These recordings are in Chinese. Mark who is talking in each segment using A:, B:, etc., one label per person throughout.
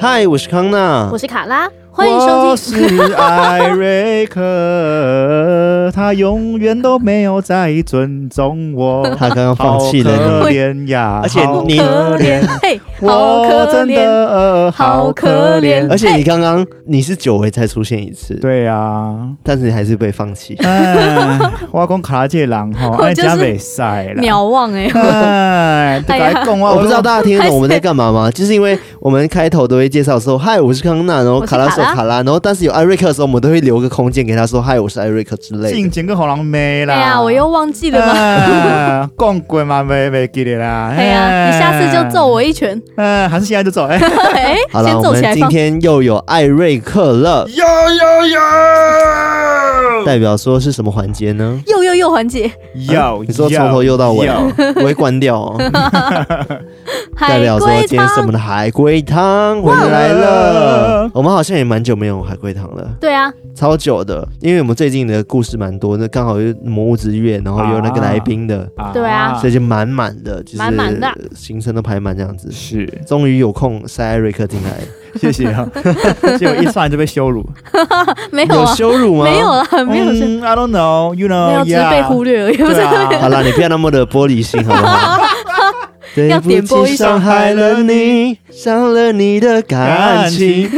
A: 嗨，我是康娜，
B: 我是卡拉，欢迎收
C: 我
B: 听。
C: 是艾瑞克，他永远都没有在尊 重我。
A: 他刚刚
C: 好
A: 放弃了
C: 可
A: 你，
C: 怜呀！
A: 而且
C: 好
A: 你
C: 可怜，，
B: 嘿，好
C: 我
B: 可
C: 真
B: 怜。
C: 的呃
B: 好
C: 好
B: 可
C: 可
B: 怜
A: 而
C: 怜。
A: 且你刚刚你是久违才出现一次，，
C: 对啊，。
A: 但是你还是被放弃
C: 哎，我讲卡拉这个人吼，
B: 我
C: 爱
B: 就是
C: 家袂使啦。
B: 秒忘哎、
C: 哎，就
B: 哎
C: 该
B: 呀
C: 讲我，
A: 我不知道大家听得
B: 还是
A: 懂我们在干嘛吗？就是因为我们开头都会介绍说“嗨，我是康娜”，然后
B: 我是
A: 卡拉说
B: 卡拉
A: 卡拉，然后但是有艾瑞克的时候，我们都会留个空间给他说“嗨，我是艾瑞克”之类
C: 进
A: 的。
C: 前个互人骂啦。
B: 哎呀，我又忘记了吗？
C: 哎讲过嘛，袂袂记得啦。
B: 哎呀，你下次就揍我 一拳。
C: 嗯，还是现在就走。哎，
B: 哎、
A: 好
B: 先
A: 了，我
B: 揍
A: 们
B: 起来
A: 今
B: 放。
A: 天又有艾瑞克了，
C: 有有有
A: 代表说是什么环节呢？
B: 又又又环节，
C: 有，
A: 你说从头又到尾
C: 有，
A: 我会关掉 哦。代
B: 海
A: 表说
B: 龟
A: 今天是我
B: 汤
A: 们。的海龟汤回来了。我们好像也蛮久没有海龟汤了，
B: 对啊，
A: 超久的，因为我们最近的故事蛮多，那刚好有魔物之月，然后有那个来宾的，
B: 对啊
A: 所以就满满的，就是
B: 满满的
A: 行程都排满这样子。
C: 是，
A: 终于有空塞艾瑞克进来，
C: 谢谢 啊，结果一上来就被羞辱。
B: 没有
A: 有
B: 啊，
A: 羞辱吗？哦
B: 没有。啦，没有是，
C: 嗯，I don't know, you
B: 没
C: know，
B: 有，只是被
C: yeah
B: 忽略而已。不
C: 对
B: 是
C: 啊，
A: 好啦，你不要那么的玻璃心，好不好？ 对
B: 要
A: 不
B: 点播一
A: 起，
B: 首
A: 伤害了你，伤了你的感情。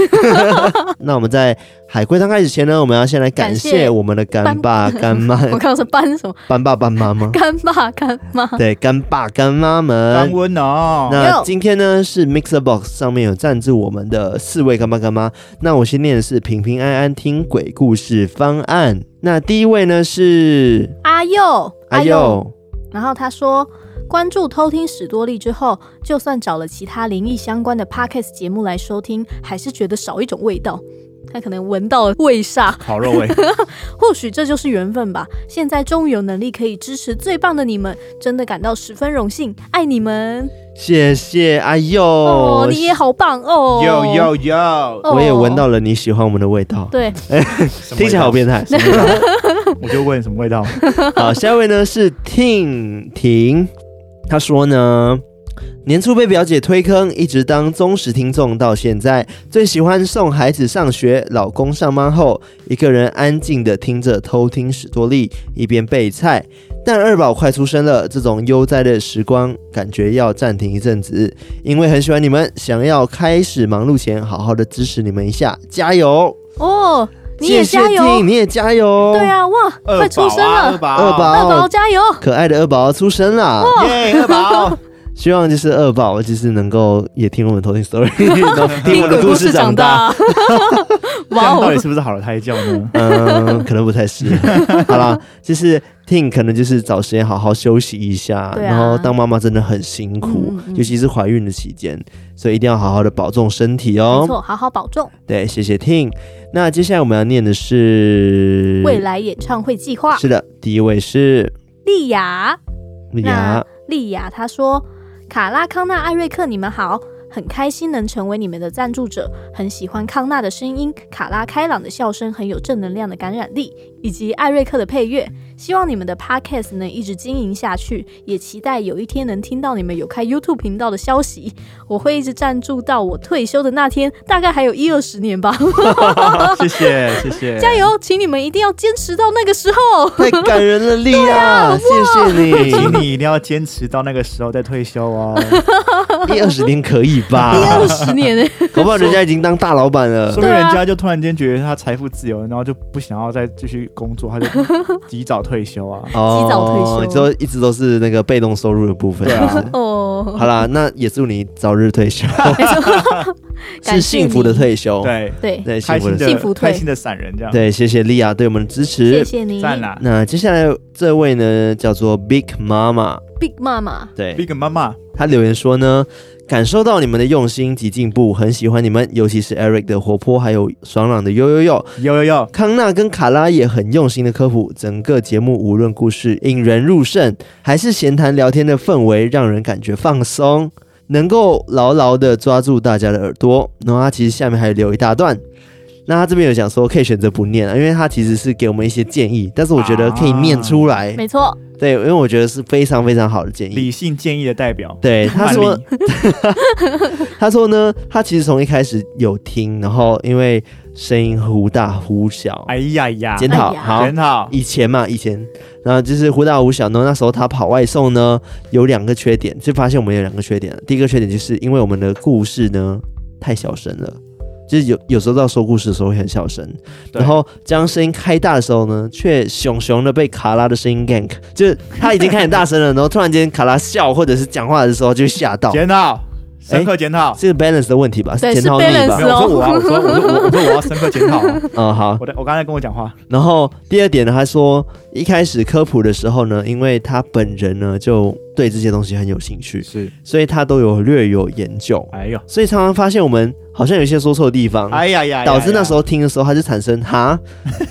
A: 那我们在海龟汤开始前呢，我们要先来感
B: 感
A: 谢
B: 谢
A: 我们的干爸干 妈、
B: 我刚刚说班什么
A: 干爸干妈吗？
B: 干爸干妈，
A: 对，干爸干妈
C: 当
A: 们。
C: 温哦，
A: 那
B: 哟
A: 今天呢是 Mixer Box 上面有赞助我们的四位干妈干妈。那我先念的是平平安安听鬼故事方案。那第一位呢是哎
B: 阿佑
A: 阿佑，
B: 然后他说，关注偷听史多利之后，就算找了其他灵异相关的 podcast 节目来收听，还是觉得少一种味道。他可能闻到了味煞，
C: 烤肉 味，
B: 或许这就是缘分吧。现在终于有能力可以支持最棒的你们，真的感到十分荣幸，爱你们
A: 谢谢哎阿佑。
B: 哦！你也好棒哦！
C: 有有有，
B: 哦
A: 我也闻到了你喜欢我们的味道，
B: 对，
A: 听起来好变 态。什么味道
C: 我就问什么味道？
A: 好，下一位呢是婷婷，她说呢。年初被表姐推坑，一直当忠实听众到现在。最喜欢送孩子上学、老公上班后，一个人安静的听着偷听史多利，一边备菜。但二宝快出生了，这种悠哉的时光感觉要暂停一阵子，因为很喜欢你们，想要开始忙碌前好好的支持你们一下，加油！
B: 哦，你也
A: 谢谢
B: 加油！
A: Ting，你也加油。哦
B: 对，啊，哇，快出生了，
A: 二
C: 二
B: 二
A: 宝
B: 宝，加油！
A: 可爱的二宝出生啦！
C: 耶，二
B: 哦
C: 宝，
A: 希望就是二宝就是能够也听我们偷听 story，然后听我的故事长大。。
C: 这
B: 哇
C: 样到
B: 哦
C: 底！是不是好了胎教 呢？
A: 嗯，可能不太 是。好啦，就是 Ting 可能就是找时间好好休息一下，
B: 对啊
A: 然后当妈妈真的很辛苦，
B: 嗯嗯嗯
A: 尤其是怀孕的期间，所以一定要好好的保重身体
B: 没
A: 哦。
B: 错，好好保重。
A: 对，谢谢 Ting。那接下来我们要念的是
B: 未来演唱会计划，
A: 是的，第一位是
B: 丽雅，
A: 李
B: 那
A: 雅，
B: 丽雅她说：“卡拉、康纳、艾瑞克，你们好，很开心能成为你们的赞助者，很喜欢康纳的声音，卡拉开朗的笑声很有正能量的感染力，以及艾瑞克的配乐。希望你们的 podcast 能一直经营下去，也期待有一天能听到你们有开 YouTube 频道的消息。我会一直赞助到我退休的那天，大概还有一二十年 吧。
C: 谢谢谢谢，
B: 加油，请你们一定要坚持到那个时候。”
A: 太感人了，丽
B: 啊
A: 亚，谢谢
C: 请
A: 你。
C: 你一定要坚持到那个时候再退休哦，
A: 第二十年可以吧
B: 第？二十年呢、
A: 搞不好人家已经当大老板了
C: 说不。定
B: 对啊
C: 人家就突然间觉得他财富自由，然后就不想要再继续工作，他就及早退休啊。
B: 及早退休
A: 哦就一直都是那个被动收入的部分。
C: 对啊
A: 是不是
B: 哦，
A: 好啦，那也祝你早日退休，
B: 感谢
A: 是幸福的
B: 你
A: 退休。
C: 对，
B: 对，
A: 对，
C: 开
A: 幸福
C: 心
A: 的退。
C: 的
B: 幸福退
C: 开心的散人这样，，
A: 对，谢谢丽亚对我们的支
B: 谢
A: 持。
B: 谢你
C: 赞啊啦
A: 那接下来这位呢，叫做 Big Mama，
B: ，Big 妈妈，
A: 对，
C: ，Big 妈妈，
A: 他留言说呢，感受到你们的用心及进步，很喜欢你们，尤其是 Eric 的活泼，还有爽朗的呦呦呦，
C: 有有有，
A: 康纳跟卡拉也很用心的科普，整个节目无论故事引人入胜，还是闲谈聊天的氛围，让人感觉放松，能够牢牢的抓住大家的耳朵。然后他其实下面还留一大段，那他这边有
B: 嗯
A: 讲说可以选择不念啊，因为他其实是给我们一些建议，但是我觉得可以念出来，
B: 没错，
A: 对，因为我觉得是非常非常好的建议。
C: 理性建议的代表。
A: 对，他
C: 范
A: 说
C: 例，
A: 他说呢，他其实从一开始有听，然后因为声音忽大忽小，
C: 哎呀呀，
A: 检讨、
B: 哎呀
A: 好
C: 检，讨，
A: 以前嘛，以前，然后就是忽大忽小，然后那时候他跑外送呢，有两个缺点，就发现我们有两个缺点了。第一个缺点就是因为我们的故事呢太小声了，就是有有时候到说故事的时候会很小声，
C: 对
A: 然后将声音开大的时候呢，却熊熊的被卡拉的声音 gank，就是他已经开始大声了，然后突然间卡拉笑或者是讲话的时候就吓 到。
C: 检讨，深刻检讨。
A: 这是 balance 的问题吧？
B: 对
A: 检讨力
B: 是
A: 吧
C: 没？
B: balance
C: 有，我说我啊，我说我说我我说我要深刻检讨啊。
A: 嗯，好。
C: 我的我刚才跟我讲话，
A: 然后第二点呢，他说一开始科普的时候呢，因为他本人呢就对这些东西很有兴趣，
C: 是，
A: 所以他都有略有研究，
C: 哎呦，
A: 所以常常发现我们好像有一些说错的地方，
C: 哎呀呀，
A: 导致那时
C: 候。
A: 候听的时候他就产生哈，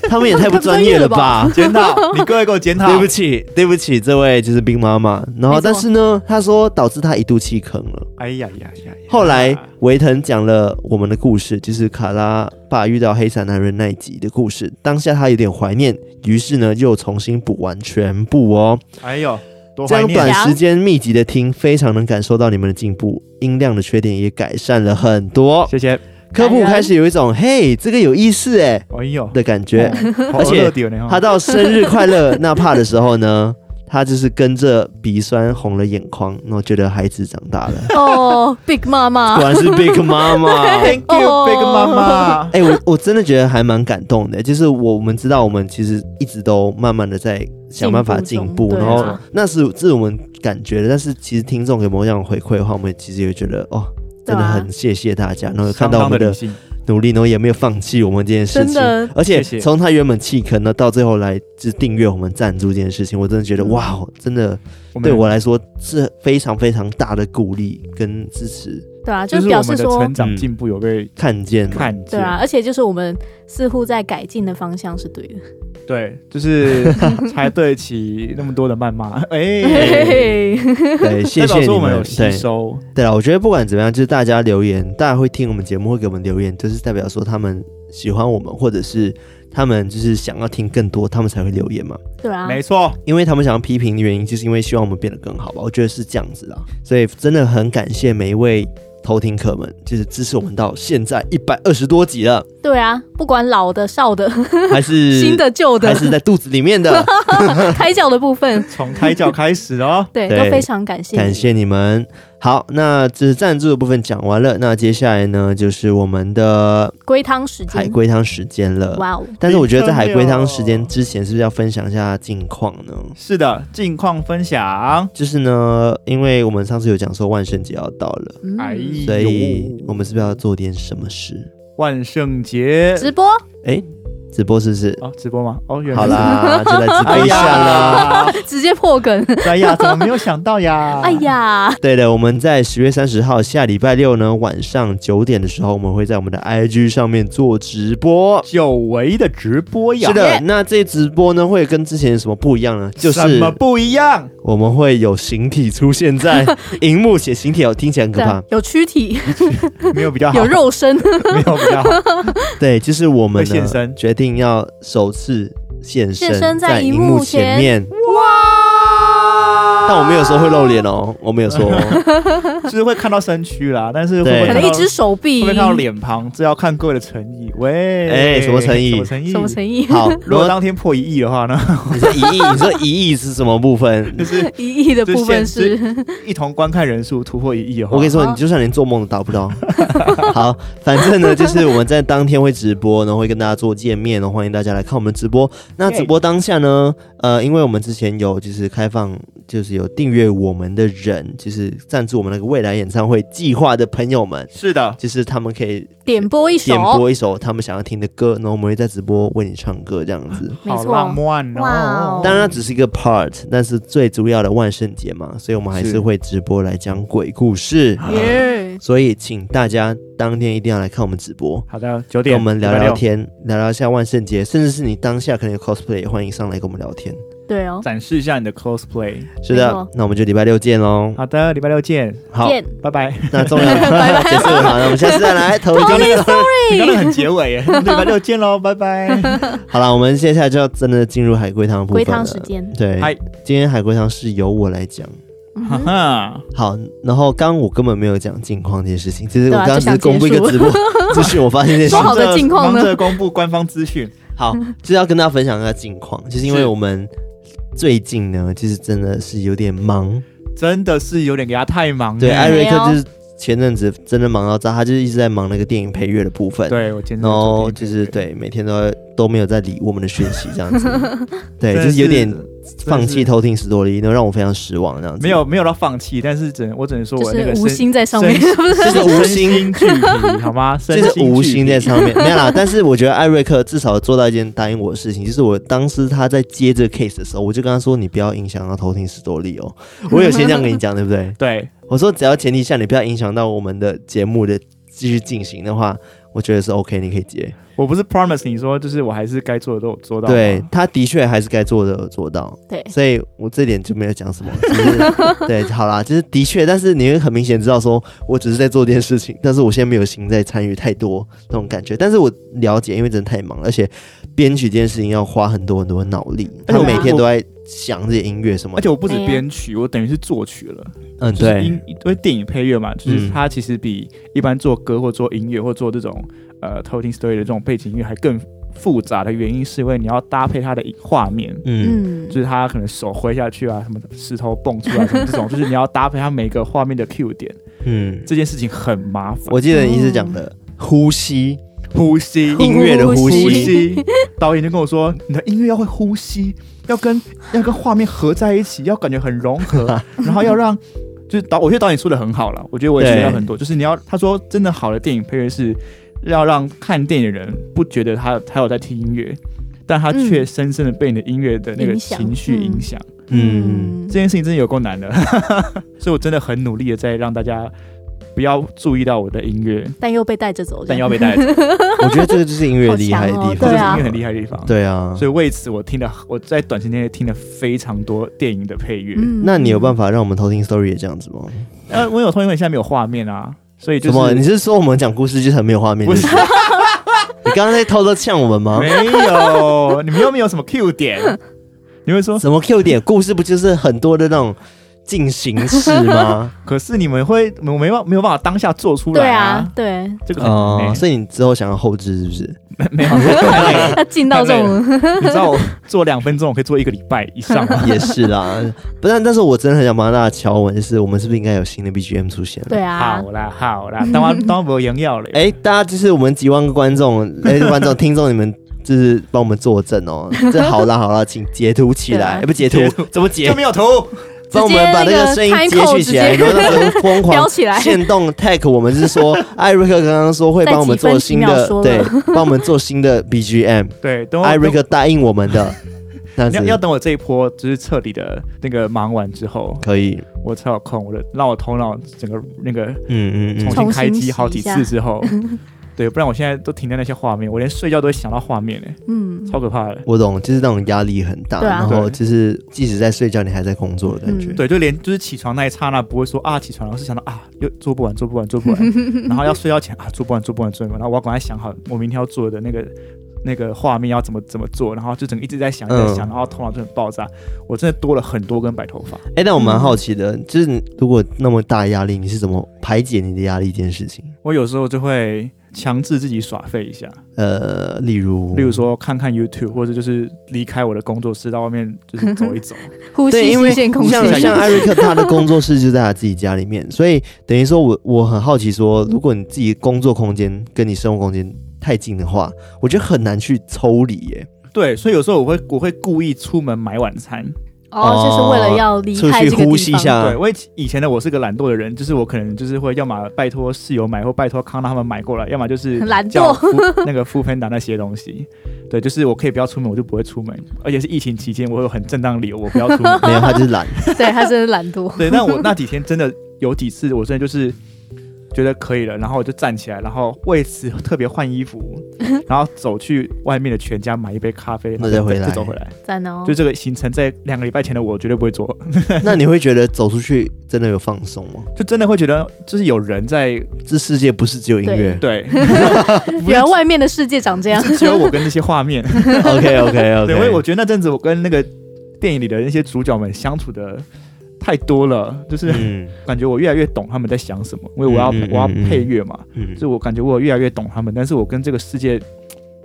A: 他们也太不专业了吧
C: 检讨，你各位给我检 讨，
A: 对不起，对不起，这位就是冰妈妈。然后，
B: 没错
A: 但是呢，他说导致他一度弃坑了。
C: 哎呀呀呀呀！
A: 后来维腾讲了我们的故事，就是卡拉爸遇到黑伞男人那一集的故事。当下他有点怀念，于是呢又重新补完全部哦。
C: 哎呦，多
A: 这
C: 怀
A: 样
C: 念
A: 短时间密集的听，非常能感受到你们的进步，音量的缺点也改善了很多。
C: 谢谢。
A: 科普
B: 感人
A: 开始有一种嘿，这个有意思哎
C: 哎呦，
A: 的感觉。
C: 哦好
A: 而且
C: 热点呢
A: 他到生日快乐那怕的时候呢，他就是跟着鼻酸红了眼眶，然后觉得孩子长大 了，
B: 哦，Big 妈
A: 果
B: 妈，
A: 然是 Big 妈妈。
C: ，Thank you,
B: 哦
C: Big 妈 妈。
A: 哎、我我真的觉得还蛮感动的，就是我们知道我们其实一直都慢慢的在想办法进
B: 进步
A: 步，
B: 中
A: 然后
B: 对啊
A: 那是这是我们感觉的，但是其实听众给我们这样回馈的话，我们其实也觉得哦，真的
B: 对啊
A: 很谢谢大家，然后看
C: 相
A: 到我
C: 当的
A: 们
C: 理
A: 的
C: 性，
A: 努力，然后也没有放弃我们这件事
B: 真
A: 情
B: 的，
A: 而且
C: 谢谢
A: 从他原本弃坑呢到最后来就是订阅我们赞助这件事情，我真的觉得
B: 嗯
A: 哇，真的
C: 们
A: 对我来说是非常非常大的鼓励跟支持，
B: 对啊，就
C: 就
B: 是是
C: 我
B: 表
C: 们
B: 示
C: 的
B: 说
C: 成，长
A: 嗯
C: 进步有被
A: 看见嘛
C: 看
B: 对
C: 见。
B: 啊，而且就是我们似乎在改进的方向是对的。
C: 对，就是 才对得起那么多的谩骂。
B: 嘿
C: 哎，
B: 嘿嘿
A: 对，谢 谢
C: 代表说
A: 你
C: 我们
A: 们
C: 有，吸
A: 对。
C: 收。
A: 对啊，我觉得不管怎么样，就是大家留言，大家会听我们节目，会给我们留言，就是代表说他们喜欢我们，或者是他们就是想要听更多，他们才会留言嘛。
B: 对啊，
C: 没错，
A: 因为他们想要批评的原因，就是因为希望我们变得更好吧。我觉得是这样子啦，啊所以真的很感谢每一位偷听客们，就是支持我们到现在一百二十多集 了，
B: 对啊，不管老的、少的、
A: 还是
B: 新的、旧
A: 还
B: 的、
A: 是在肚子里面 的，
B: 开脚的部分，。
C: 从开教开始哦
B: 对，
A: 对
B: 都非常感谢你。
A: 感谢你们。好，那这是赞助的部分讲完了，那接下来呢，就是我们的
B: 龟汤时间，
A: 海龟汤时间了。
B: 哇哦，
A: 但是我觉得在海龟汤时间之前，是不是要分享一下近况呢？
C: 是的，近况分享。
A: 就是呢，因为我们上次有讲说万圣节要到了，
B: 嗯
C: 哎呦，
A: 所以我们是不是要做点什么事？
C: 万圣节
B: 直播
A: 直播是不是？
C: 哦，直播吗？哦，原来
A: 好
C: 是哎
A: 啦，就来直播一下 啦。
C: 啦。
B: 直接破梗，
C: 哎呀，怎么没有想到呀？
B: 哎，呀，
A: 对的，我们在十月三十号下礼拜六呢晚上九点的时候，我们会在我们的 IG 上面做直播。
C: 久违的直播哎呀，
A: 是的
B: Yeah，
A: 那这直播呢会跟之前有什么不一样呢？就是
C: 什么不一样？
A: 我们会有形体出现在荧幕，写形体哦，听起来很可
B: 对
A: 怕
B: 啊。，有躯体，
C: 没有比较好，
B: 有肉身，
C: 没有比较好，
A: 对，就是我们
C: 会现身
A: 呢决定要首次现身
B: 现身在
A: 在
B: 荧
A: 荧幕
B: 幕
A: 前
B: 前
A: 面。哇！但我没有说会露脸哦，我没有说哦。
C: 就是会看到身躯啦，但是会不
A: 对
C: 会
B: 可
C: 看
B: 能
C: 到
B: 一只手
C: 会
B: 臂
C: 不，会看到脸庞？这要看各位的诚意。喂，
A: 哎什么诚意
C: 什么诚意？
B: 什么诚意？
A: 好，
C: 如
A: 如
C: 果
A: 果
C: 当天破一亿的话呢？
A: 你哦说一亿，你说一亿是什么部 分？
C: 就是
B: 一亿的
C: 就
B: 部分
C: 限
B: 是
C: 一同观看人数突破一亿的话，
A: 我跟你说，你就算连做梦都达不 到。好，反正呢，就是我们在当天会直播，然后会跟大家做见面，然后欢迎大家来看我们的直播。那直播当下呢，呃，因为我们之前有就是开放，就是有订阅我们的人，就是赞助我们那个未来演唱会计划的朋友们，
C: 是的，
A: 就是他们可以
B: 点播一
A: 点
B: 首，
A: 播一首他们想要听的歌，然后我们会在直播为你唱歌这样子。
B: 没
C: 好
B: 错
C: 浪漫
B: 哇
C: 哦
B: 哦！
A: 当然，只是一个 part，但是最主要的万圣节嘛，所以我们还
C: 是
A: 是会直播来讲鬼故事。
B: 耶，
A: 所以请大家当天一定要来看我们直播，
C: 好的，九
A: 跟
C: 点
A: 我们聊
C: 礼拜
A: 聊
C: 六
A: 天，聊聊一下万圣节，甚至是你当下可能有 cosplay，也欢迎上来跟我们聊天。
B: 对哦，
C: 展示一下你的 cosplay。
A: 是
B: 没
A: 的
B: 错，
A: 那我们就礼拜六见喽。
C: 好的，礼拜六见，
A: 好，
B: 见
C: 拜拜。
A: 那重要 的结束了，好，那我们下次再来投 一个那个。
C: 你刚刚很结尾耶，礼拜六见喽，拜拜。
A: 好了，我们接下来就要真的进入海龟汤的部分
B: 龟
A: 了。
B: 汤时间，
A: 对
C: 嗨，
A: 今天海龟汤是由 我来讲。
B: 嗯
C: 哈
B: 哼
C: 哈，
A: 好，然后刚刚我根本没有讲近况这些事情，其实我
B: 对啊
A: 刚刚只是公布一个直播 资讯，我发 现这件事
B: 说。好的
C: 忙着
B: 近况呢
C: 忙着公布官方资讯，
A: 好，就是要跟大家分享一下近况，就是因为
C: 是
A: 我们最近呢，其实真的是有点忙。
C: 真的是有点给他太忙了。
A: 对，哎艾瑞
B: 嗯没
A: 克
B: 有
A: 就是前阵子真的忙到炸，他就是一直在忙那个电影配乐的部分。。
C: 对我今天
A: 然后
C: 昨天
A: 就是
C: 昨天，
A: 对，每天都都没有在理我们的讯息，这 样子，对，就
C: 真的
A: 是有点
C: 是
A: 放弃偷听史多利，那让我非常失望，这样子。
C: 没有没有到放弃，但是只能我只能说
B: 就
C: 我那
B: 是
C: 个
B: 无
C: 身
B: 心在上面，
C: 身
B: 不是
A: 就是无
C: 身
A: 心
C: 心俱疲，好吗？身
A: 就是无
C: 俱
A: 心
C: 疲
A: 在上面，没有啦。但是我觉得艾瑞克至少做到一件答应我的事情，就是我当时他在接这个 case 的时候，我就跟他说：“你不要影响到偷听史多利哦。”我有先这样跟你讲，对不对？
C: 对，
A: 我说只要前提下你不要影响到我们的节目的继续进行的话，我觉得是 OK，你可以接。
C: 我不是 promise 你说，就是我还是该做的都有做到。
A: 对，，他的确还是该做的有做到，
B: 对
A: 所以我这点就没有讲什么。只是对，好啦，就是的确，但是你会很明显知道说，我只是在做这件事情，但是我现在没有心在参与太多那种感觉。但是我了解，因为真的太忙了，而且编曲这件事情要花很多很多的脑力，
C: 而
A: 他
B: 且
A: 每
B: 我
A: 天都在想这些音乐什么
C: 而
A: 的。
C: 且我不止
B: 哎呀
C: 编曲，我等于是作曲了。
A: 嗯，
C: 就是
A: 对
C: 音，因为电影配乐嘛，就是
A: 嗯
C: 它其实比一般做歌或做音乐或做这种呃 t o t i n g story 的这种背景音乐还更复杂的原因，是因为你要搭配它的画面。
A: 嗯，
B: 嗯
C: 就，是它可能手挥下去啊，什么石头蹦出来什么这种，就是你要搭配它每个画面的 Q 点，
A: 嗯，
C: 这件事情很麻烦。
A: 我记得你是讲的呼吸，
C: 呼吸，
A: 音乐的呼
C: 呼
A: 吸。
C: 吸。 导演就跟我说，你的音乐要会呼吸，要跟要跟画面合在一起，要感觉很融合，然后要让就是导，我觉得导演说的很好了，我觉得我也学到很多。就是你要他说真的好的电影配乐是要让看电影的人不觉得他他有在听音乐。但他却深深的被你的音乐的那个
B: 影响
C: 情绪影响，
A: 嗯，
C: 这件事情真的有够难的， 所以我真的很努力的在让大家不要注意到我的音乐，
B: 但又被带着走，
C: 但要被带走，
A: 我觉得这个就是音乐厉害的地
B: 好
A: 方，
B: 强哦
C: 这
B: 对
C: 是音
B: 啊
C: 乐很厉害的地方。
A: 对啊，
C: 所以为此我听了，我在短时间内听了非常多电影的配乐。
B: 嗯
A: 那你有办
B: 法？
A: 法让我们偷听 story 也这样子吗？
C: 呃，我有同学现在没有画面啊，所以就
A: 什么？你
C: 是
A: 是说我们讲故事就是很没有画面？
C: 不是
A: 对对你刚刚在偷偷呛我们吗
C: 没？有？你们又没有什么 Q 点？你 会说，
A: 什么 Q 点？故事不就是很多的那种进行式吗？
C: 可是你们会，我没办没有办法当下做出
B: 对
C: 来
B: 啊，，对，
C: 这个很
A: 哦
C: 难，欸
A: 所以你之后想要后置是不是？
C: 没有。太累了
B: 他进到这种，
C: 你知道我做两分钟，我可以做一个礼拜以上吗？
A: 也是啦，不但但是我真的很想帮大家敲稳，就是我们是不是应该有新的 BGM 出现了？
B: 对啊，
C: 好啦好啦，当完当我赢要了。
A: 哎、大家就是我们几万个观众，哎、 观众、听众，你们就是帮我们作证哦。这好啦好啦，请截图起
B: 对
A: 来，
B: 啊
A: 哎不截图
C: 截图
A: 怎么截
C: 就？没 有图，
A: 帮我们把那个声音截取起来，
B: 直接
A: 然后让 人疯狂
B: 飙起来
A: 限动 tag。我们是说，艾瑞克刚刚说会帮我们做新
B: 在
A: 的
B: 几分，几
A: 对
B: 秒，
A: 帮我们做新的 BGM。
C: 对，等我
A: 艾瑞克答应我们 的，但
C: 你
A: 是
C: 要要等我这一波就是彻底的那个忙完 之后，
A: 可以，
C: 我才有空，我的让我头脑整个那个
A: 嗯嗯
C: 重
A: 嗯，
C: 新开机好几
B: 重新
C: 次之后， 对，不然我现在都停在那些画面，我连睡觉都会想到画面呢，
B: 嗯，
C: 超可怕的。
A: 我懂，就是那种压力很大，
B: 对啊
A: 然后就是即使在睡觉，你还在工作的感觉。
B: 嗯
C: 对，就连就是起床那一刹那不会说啊起床了，而是想到啊又做不完，做不完，做不完，然后要睡觉前啊做不完，做不完，做不完，然后我要赶快想好我明天要做的那个那个画面要怎么怎么做，然后就整个一直在想，一直在想，
A: 嗯
C: 然后头脑就很爆炸。我真的多了很多根白头发，
A: 哎、但我蛮好奇的，就是你如果那么大压力，你是怎么排解你的压力这件事情？
C: 我有时候就会强制自己耍废一下，
A: 呃，例如，
B: 哦
C: 例如说看看 YouTube，或者就是离开我的工作室，到外面就是走一 走。
B: 呼
A: 对，
B: 吸
A: 因为
B: 新鲜空气，
A: 像 像艾瑞克他的工作室就在他自己家里面，所以等于说我我很好奇说，如果你自己工作空间跟你生活空间太近的话，我觉得很难去抽离耶。
C: 对，所以有时候我会我会故意出门买晚餐。
B: 哦，就是为了要离
A: 出
B: 开
A: 去
B: 这个
A: 呼吸
B: 地
A: 一
B: 方，
A: 下，。
C: 对，我以以前的我是个懒惰的人，就是我可能就是会要么拜托室友买，或拜托康纳他们买过来，要么就是
B: 很懒
C: 叫
B: 惰，
C: Food- 那个富芬达那些东西。对，就是我可以不要出门，我就不会出门，而且是疫情期间，我有很正当理由我不要出门
A: 没 有，他就是懒。
B: 对他真的懒惰，
C: 对，但我那几天真的有几次，我真的就是觉得可以了，然后我就站起来，然后为此特别 换衣服，然后走去外面的全家买一杯咖啡，然后
A: 那再回来
C: 再走回来。
B: 赞哦
C: 就！这个行程在两个礼拜前的我绝对不会做，
A: 那你会觉得走出去真的有放松吗？
C: 就真的会觉得就是有人在
A: 这世界不是只有音乐。
C: 对，
B: 原来外面的世界长这 样，
C: 只有我跟那些画面。
A: OK OK
C: 对，因为
A: OK，
C: 我觉得那阵子我跟那个电影里的那些主角们相处的太多了，就是
A: 嗯
C: 感觉我越来越懂他们在想什么，因为我要、
A: 嗯嗯嗯
C: 我要
A: 嗯
C: 配乐嘛，
A: 嗯
C: 所以我感觉我越来越懂他们，但是我跟这个世界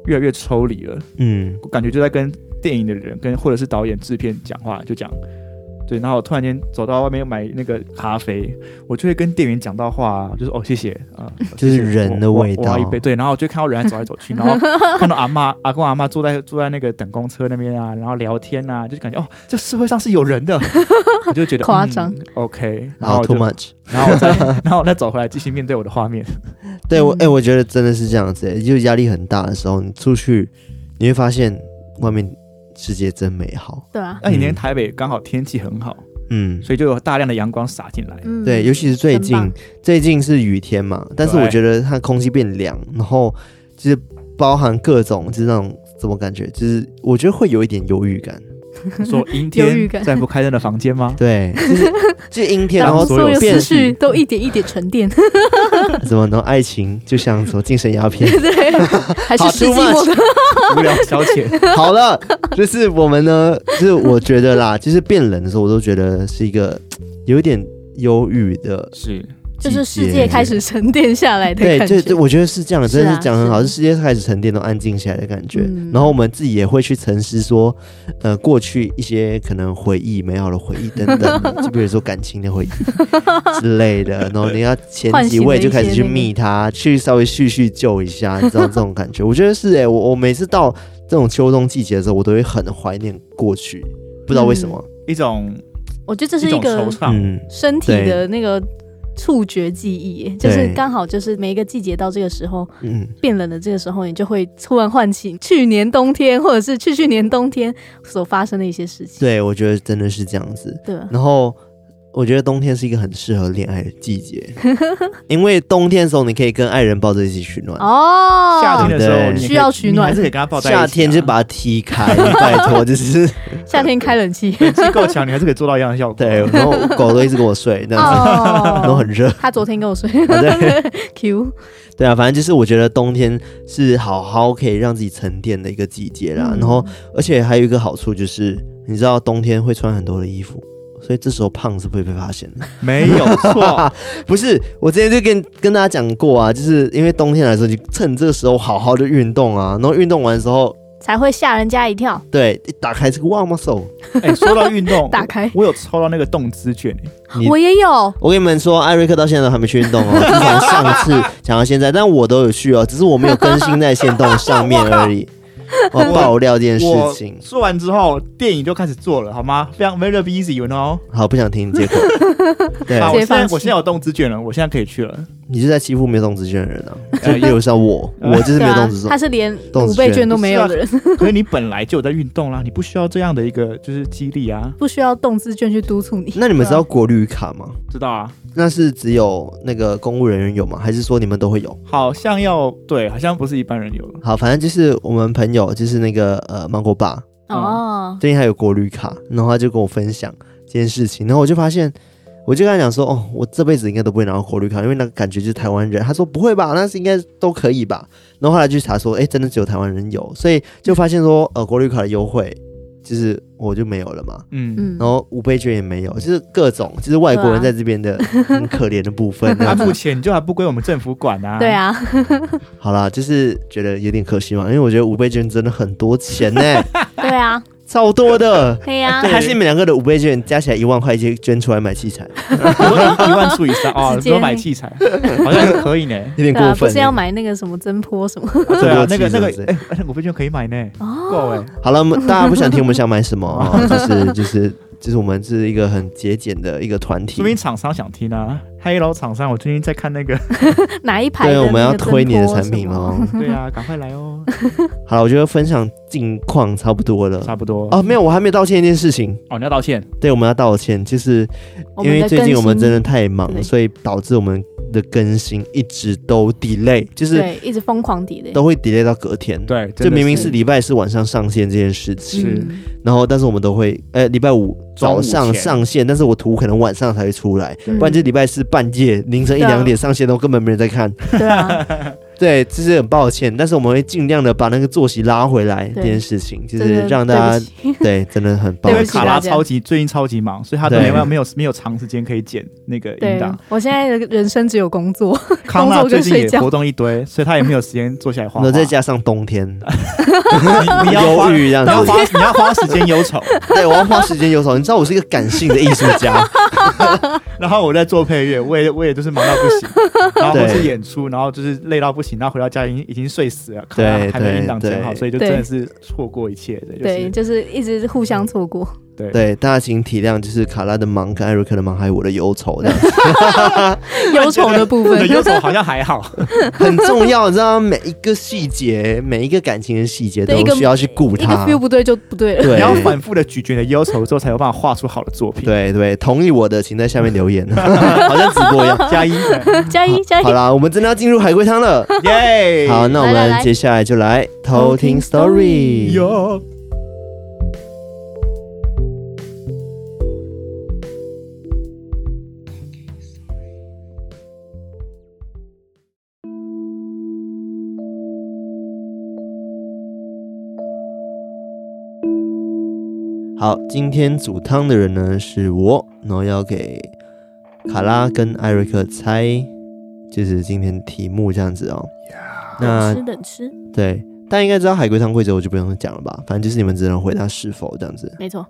C: 越来越抽离了，
A: 嗯，
C: 我感觉就在跟电影的人跟或者是导演、制片讲话，就讲。对，然后我突然间走到外面买那个咖啡，我就会跟店员讲到话啊、就是哦谢谢啊，
A: 就是
C: 谢谢
A: 人的
C: 我我
A: 味
C: 我要一
A: 道
C: 杯，对，然后我就看到人还走来走去，然后看到阿妈、阿公、阿妈坐在坐在那个等公车那边啊，然后聊天啊，就感觉哦，这社会上是有人 的，我就觉得
B: 夸张
C: 嗯 OK，然
A: 然
C: 后
A: 后
C: 我
A: too
C: 就
A: much，
C: 然后我再 然后我再走回来继续面对我的画面，
A: 对我
B: 嗯
A: 哎、我觉得真的是这样子、欸，就是压力很大的时候，你出去你会发现外面世界真美好。
B: 对啊，
C: 那几年
A: 嗯
C: 台北刚好天气很好，
A: 嗯，
C: 所以就有大量的阳光洒进来，
B: 嗯，
A: 对，尤其是最近
B: 很棒
A: 最近是雨天嘛，但是
C: 对
A: 我觉得它空气变凉，然后就是包含各种就是那种怎么感觉，就是我觉得会有一点忧郁感。
C: 说阴
B: 忧郁
C: 天
B: 感
C: 在不开灯的房 间吗？
A: 对，就是就阴天，然后
B: 当所有
A: 变
B: 思绪都一点一点 沉淀，
A: 什么，然后爱情就像什么精神鸦 片。
B: 对，还是
A: 好
B: 世纪
A: too much
B: 末的，
C: 无聊消遣，
A: 好了，就是我们呢，就是我觉得啦，就是变冷的时候，我都觉得是一个有一点忧郁的。
C: 是
B: 就是世
A: 季
B: 界
A: 节
B: 开始沉淀下来的
A: 对，
B: 感
A: 就就
B: 觉。
A: 我觉得是这样的，
B: 是
A: 真的
B: 啊
A: 是讲得很好，
B: 是
A: 是世界开始沉淀都安静下来的感觉。
B: 嗯
A: 然后我们自己也会去沉思说，呃，过去一些可能回忆、美好的回忆等等的，就比如说感情的回 忆之类的。然后你要前
B: 唤
A: 几
B: 醒
A: 位
B: 了
A: 就
B: 一
A: 开始
B: 些
A: 去
B: 那个
A: 密他，去稍微叙叙旧一下，你知道这种感觉？我觉得是哎、我我每次到这种秋冬季节的时候，我都会很怀念过去，不知道为什么。
C: 一种
B: 我觉得这是
C: 一
B: 一
C: 种
B: 个
C: 惆怅。
A: 嗯
B: 身体的那个触觉记忆，就是刚好就是每一个季节到这个时候
A: 嗯，
B: 变冷的这个时候，你就会突然唤起去年冬天或者是去去年冬天所发生的一些事情。
A: 对，我觉得真的是这样子。
B: 对吧，
A: 然后我觉得冬天是一个很适合恋爱的季节，因为冬天的时候你可以跟爱人抱在一起取暖，
B: 哦，
C: 夏天的时候
A: 对
C: 你也可以
B: 需要取暖
C: 你还是可以跟他抱在一起啊。
A: 夏天就把它踢开，拜托，就是
B: 夏天开冷气
C: 人气够强，你还是可以做到一样的效果。
A: 对。然后狗 都一直跟我睡，这样子，
B: 哦，
A: 都很热。
B: 他昨天跟我说
A: 对
B: Q，
A: 对啊，反正就是我觉得冬天是好好可以让自己沉淀的一个季节啦。
B: 嗯
A: 然后，而且还有一个好处就是，你知道冬天会穿很多的衣服，所以这时候胖是不会被发现的。
C: 没有 错，
A: 不是，我之前就跟跟大家讲过啊，就是因为冬天来的时候，你趁这个时候好好的运动啊，然后运动完的时候，
B: 才会吓人家一跳。
A: 对，一打开这个 warm muscle，
C: 哎、说到运动，
B: 打开
C: 我有抽到那个动资券、哎
A: 你
B: 我也有，
A: 我跟你们说，艾瑞克到现在都还没去运动哦， 自从上次讲到现在，但我都有去哦，只是我没有更新在线动上面而 已。我爆料这件事
C: 我
A: 情，
C: 说完之后，电影就开始做了，好吗？非常 very easy，you know。
A: 好不想听结果。 对，
C: 好，我
B: 直接
C: 现在
B: 放弃
C: 我现在有动资券了，我现在可以去了。
A: 你就在欺负没有动资券的人啊！就
C: 哎
A: 例如像我， 我就是
B: 对
A: 没有
B: 啊
A: 动资，券
B: 他。是连
A: 动子
B: 五倍
A: 券
B: 券都没有的人，
C: 可是你本来就有在运动啦，你不需要这样的一个就是激励啊，
B: 不需要动资券去督促你。
A: 那你们知道国旅卡吗？
C: 知道啊？
A: 那是只有那个公务人员有吗？还是说你们都会有？
C: 好像要对，好像不是一般人有了。
A: 好，反正就是我们朋友，就是那个呃芒果爸，
B: 哦，
A: 最近还有国旅卡，然后他就跟我分享这件事情，然后我就发现，我就跟他讲说，哦，我这辈子应该都不会拿到国旅卡，因为那个感觉就是台湾人。他说不会吧，那是应该都可以吧。然后后来去查说，哎，真的只有台湾人有，所以就发现说，呃，国旅卡的优惠就是我就没有了嘛。
C: 嗯，
B: 嗯，
A: 然后五倍券也没有，就是各种，就是外国人
B: 对
A: 在
B: 啊
A: 这边的很可怜的部分。
C: 那、目前就还不归我们政府管啊。
B: 对，啊，
A: 好啦，就是觉得有点可惜嘛，因为我觉得五倍券真的很多钱呢、
B: 对啊，
A: 超多 的。
B: 对啊呀
A: 啊对，还是你们两个的五倍券加起来一万块，就捐出来买器材，
C: 一万处以 上哦，
B: 直
C: 你
B: 接
C: 说买器材好像是 可以呢。
A: 有点
B: 对啊，
A: 过
B: 不
A: 分
B: 是要
A: 欸。
B: 买那个什么增坡什么？
C: 对啊，那个那个
A: 这个，
C: 哎、那个我券可以买呢，够
B: 哦，
C: 哎、
A: 好了，我们大家不想听我们想买什 么啊？就是就是就是我们是一个很节俭的一个团体
C: 说。明厂商想听啊，Hello 厂商，我最近在看 那个，
B: 哪一排
A: 对，啊
B: 的那个
A: 我们要推你的
B: 增坡
A: 产品
B: 什么
A: 喽。
C: 对啊，赶快来 哦，
A: 好了，我觉得分享近况差不多了。
C: 差不多
A: 哦，没有，我还没有道歉一件事情。
C: 哦，你要道歉，
A: 对，我们要道歉，就是
B: 我
A: 因
B: 们
A: 为
B: 的
A: 最近
B: 更
A: 我们
B: 新
A: 真的太忙，
B: 对
A: 所以导致我们的更新一直都 delay，就是
B: 对，一直疯狂抵的。
A: 都会 delay 到隔天。，
C: 对，
A: 这
C: 真的
A: 明明是礼拜四晚上上线这件事情，
C: 是
B: 嗯
A: 然后但是我们都会，呃，礼拜五
C: 中
A: 早
C: 午
A: 上
C: 前
A: 上线，但是我图可能晚上才会出来，
B: 嗯
A: 不然就礼拜四半夜凌晨一
B: 对啊
A: 两点上线，都根本没人在看。
B: 对啊，
A: 对，这是很抱歉，但是我们会尽量的把那个作息拉回来这
B: 对
A: 件事情， 就
B: 真
A: 是
B: 的
A: 让
B: 对不
A: 大家
B: 起
A: 对真的很抱
C: 因为
B: 对不起
A: 歉
C: 卡。拉
B: 大家
C: 超级最近超级忙，所以他都
A: 对
C: 没有没有没有长时间可以剪那个音
B: 对
C: 档。
B: 我现在的人生只有工作，
C: 康纳
B: 工作
C: 最
B: 跟
C: 近
B: 睡
C: 也
B: 觉
C: 活动一堆，所以他也没有时间坐下来 画
A: 然
C: 画。
A: 后再加上冬 天，
C: 你你要花
A: 忧
C: 你
A: 郁这样
C: 要
A: 子，
C: 花你要花时间忧愁，
A: 对我要花时间忧愁。你知道我是一个感性的艺术家，
C: 然后我在做配乐，我也我也就是忙到不行，然后
A: 对
C: 或是演出，然后就是累到不行，然后回到家已经已经睡死了，卡拉
A: 对
C: 还没
A: 对
C: 音档剪好，
A: 对
C: 所以就
B: 对
C: 真的是错过一切的，就是
B: 对，就是一直互相错过。
C: 对
A: 对大家请体谅，就是卡拉的忙跟艾瑞克的忙，还有我的忧愁这样子
B: 忧愁的部分
C: 对忧愁好像还好，
A: 很重要，你知道吗每一个细节，每一个感情的细节都
B: 对一个
A: 需要去顾
B: 一个
A: 它
B: feel。不对就不对 了。
A: 对
C: 你要反复的咀嚼你的忧愁之后，才有办法画出好的作品。
A: 对对，同意我的，请在下面留言， 好像直播一样。
C: 加一，对
B: 加一加
A: 嗯
B: 一
A: 好，啦，我们真的要进入海龟汤了。
C: 耶！
A: 好，那我
B: 来来
A: 们
B: 来
A: 接下来就来偷
B: 偷
A: 听
B: 听
A: story。
C: 哟，
A: 好，今天煮汤的人呢是我，然后要给卡拉跟艾瑞克猜，就是今天题目这样子哦。那
B: 吃冷吃，
A: 对，大家应该知道海龟汤规则，我就不用讲了吧。反正就是你们只能回答是否这样子。
B: 没错，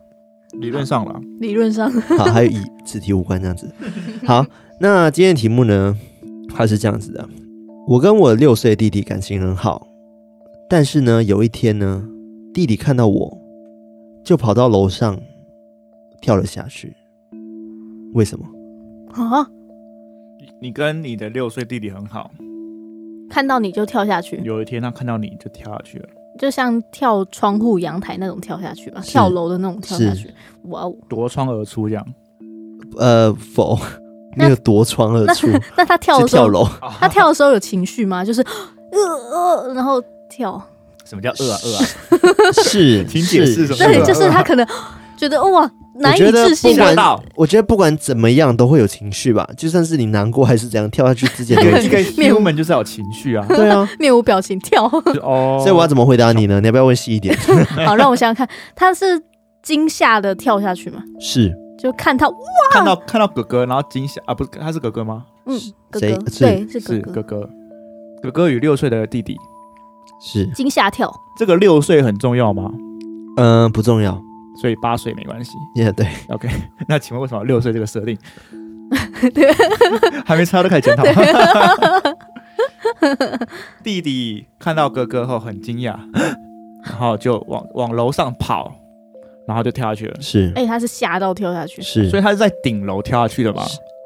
C: 理论上了，
B: 理论上
A: 好，还有以此题无关这样子。好，那今天的题目呢，它是这样子的：我跟我六岁弟弟感情很好，但是呢，有一天呢，弟弟看到我，就跑到楼上跳了下去。为什么？
B: 啊，
C: 你跟你的六岁弟弟很好，
B: 看到你就跳下去，
C: 有一天他看到你就跳下去了，
B: 就像跳窗户、阳台那种跳下去吧，
A: 是
B: 跳楼的那种跳下去。哇哦！
C: 夺窗而出这样。
A: 呃，否，
B: 那
A: 没有夺窗而
B: 那
A: 出，是
B: 那他 跳的时
A: 跳
B: 候，
A: 楼。
B: 他跳的时候有情绪吗？就是呃呃，然后跳，
C: 什么叫饿啊饿啊？
A: 是，
C: 请解释什么
A: 是啊
B: 对，就是他可能觉得哇难以
A: 觉得
B: 置信啊
A: 不管
C: 吓
B: 的，
C: 到
A: 我觉得不管怎么样都会有情绪吧，就算是你难过还是怎样，跳下去之前都
C: 一
A: 有
C: 个
A: 情
C: 一
A: 绪。
C: 个
B: 面无
C: human 就是要有情绪 啊，
A: 对啊，
B: 面无表情 跳。
C: 就是哦，
A: 所以我要怎么回答你呢？你要不要问细一 点？
B: 好，让我想想看，他是惊吓的跳下去吗？
A: 是
B: 就看他，
C: 看到看到哥哥，然后惊吓啊，不是他是哥哥吗？
B: 嗯，哥
A: 谁
B: 哥，
A: 是
B: 对，是
C: 是
B: 哥
C: 哥
B: 哥，
C: 哥，哥哥与六岁的弟弟，
A: 是，
B: 惊吓 跳，
C: 这个六岁很重要吗？
A: 嗯、不重要。
C: 所以八岁没关系。
A: 也、对，
C: OK，那 请问为什么六岁这个设 定
B: 对，
C: 还没猜到就开始检讨？ 弟弟看到哥哥后很惊讶，然后就往往楼上跑，然后就跳下去了。
A: 是
B: 哎，他是吓到跳下去，
A: 是
C: 所，以他是在顶楼跳下去的嘛，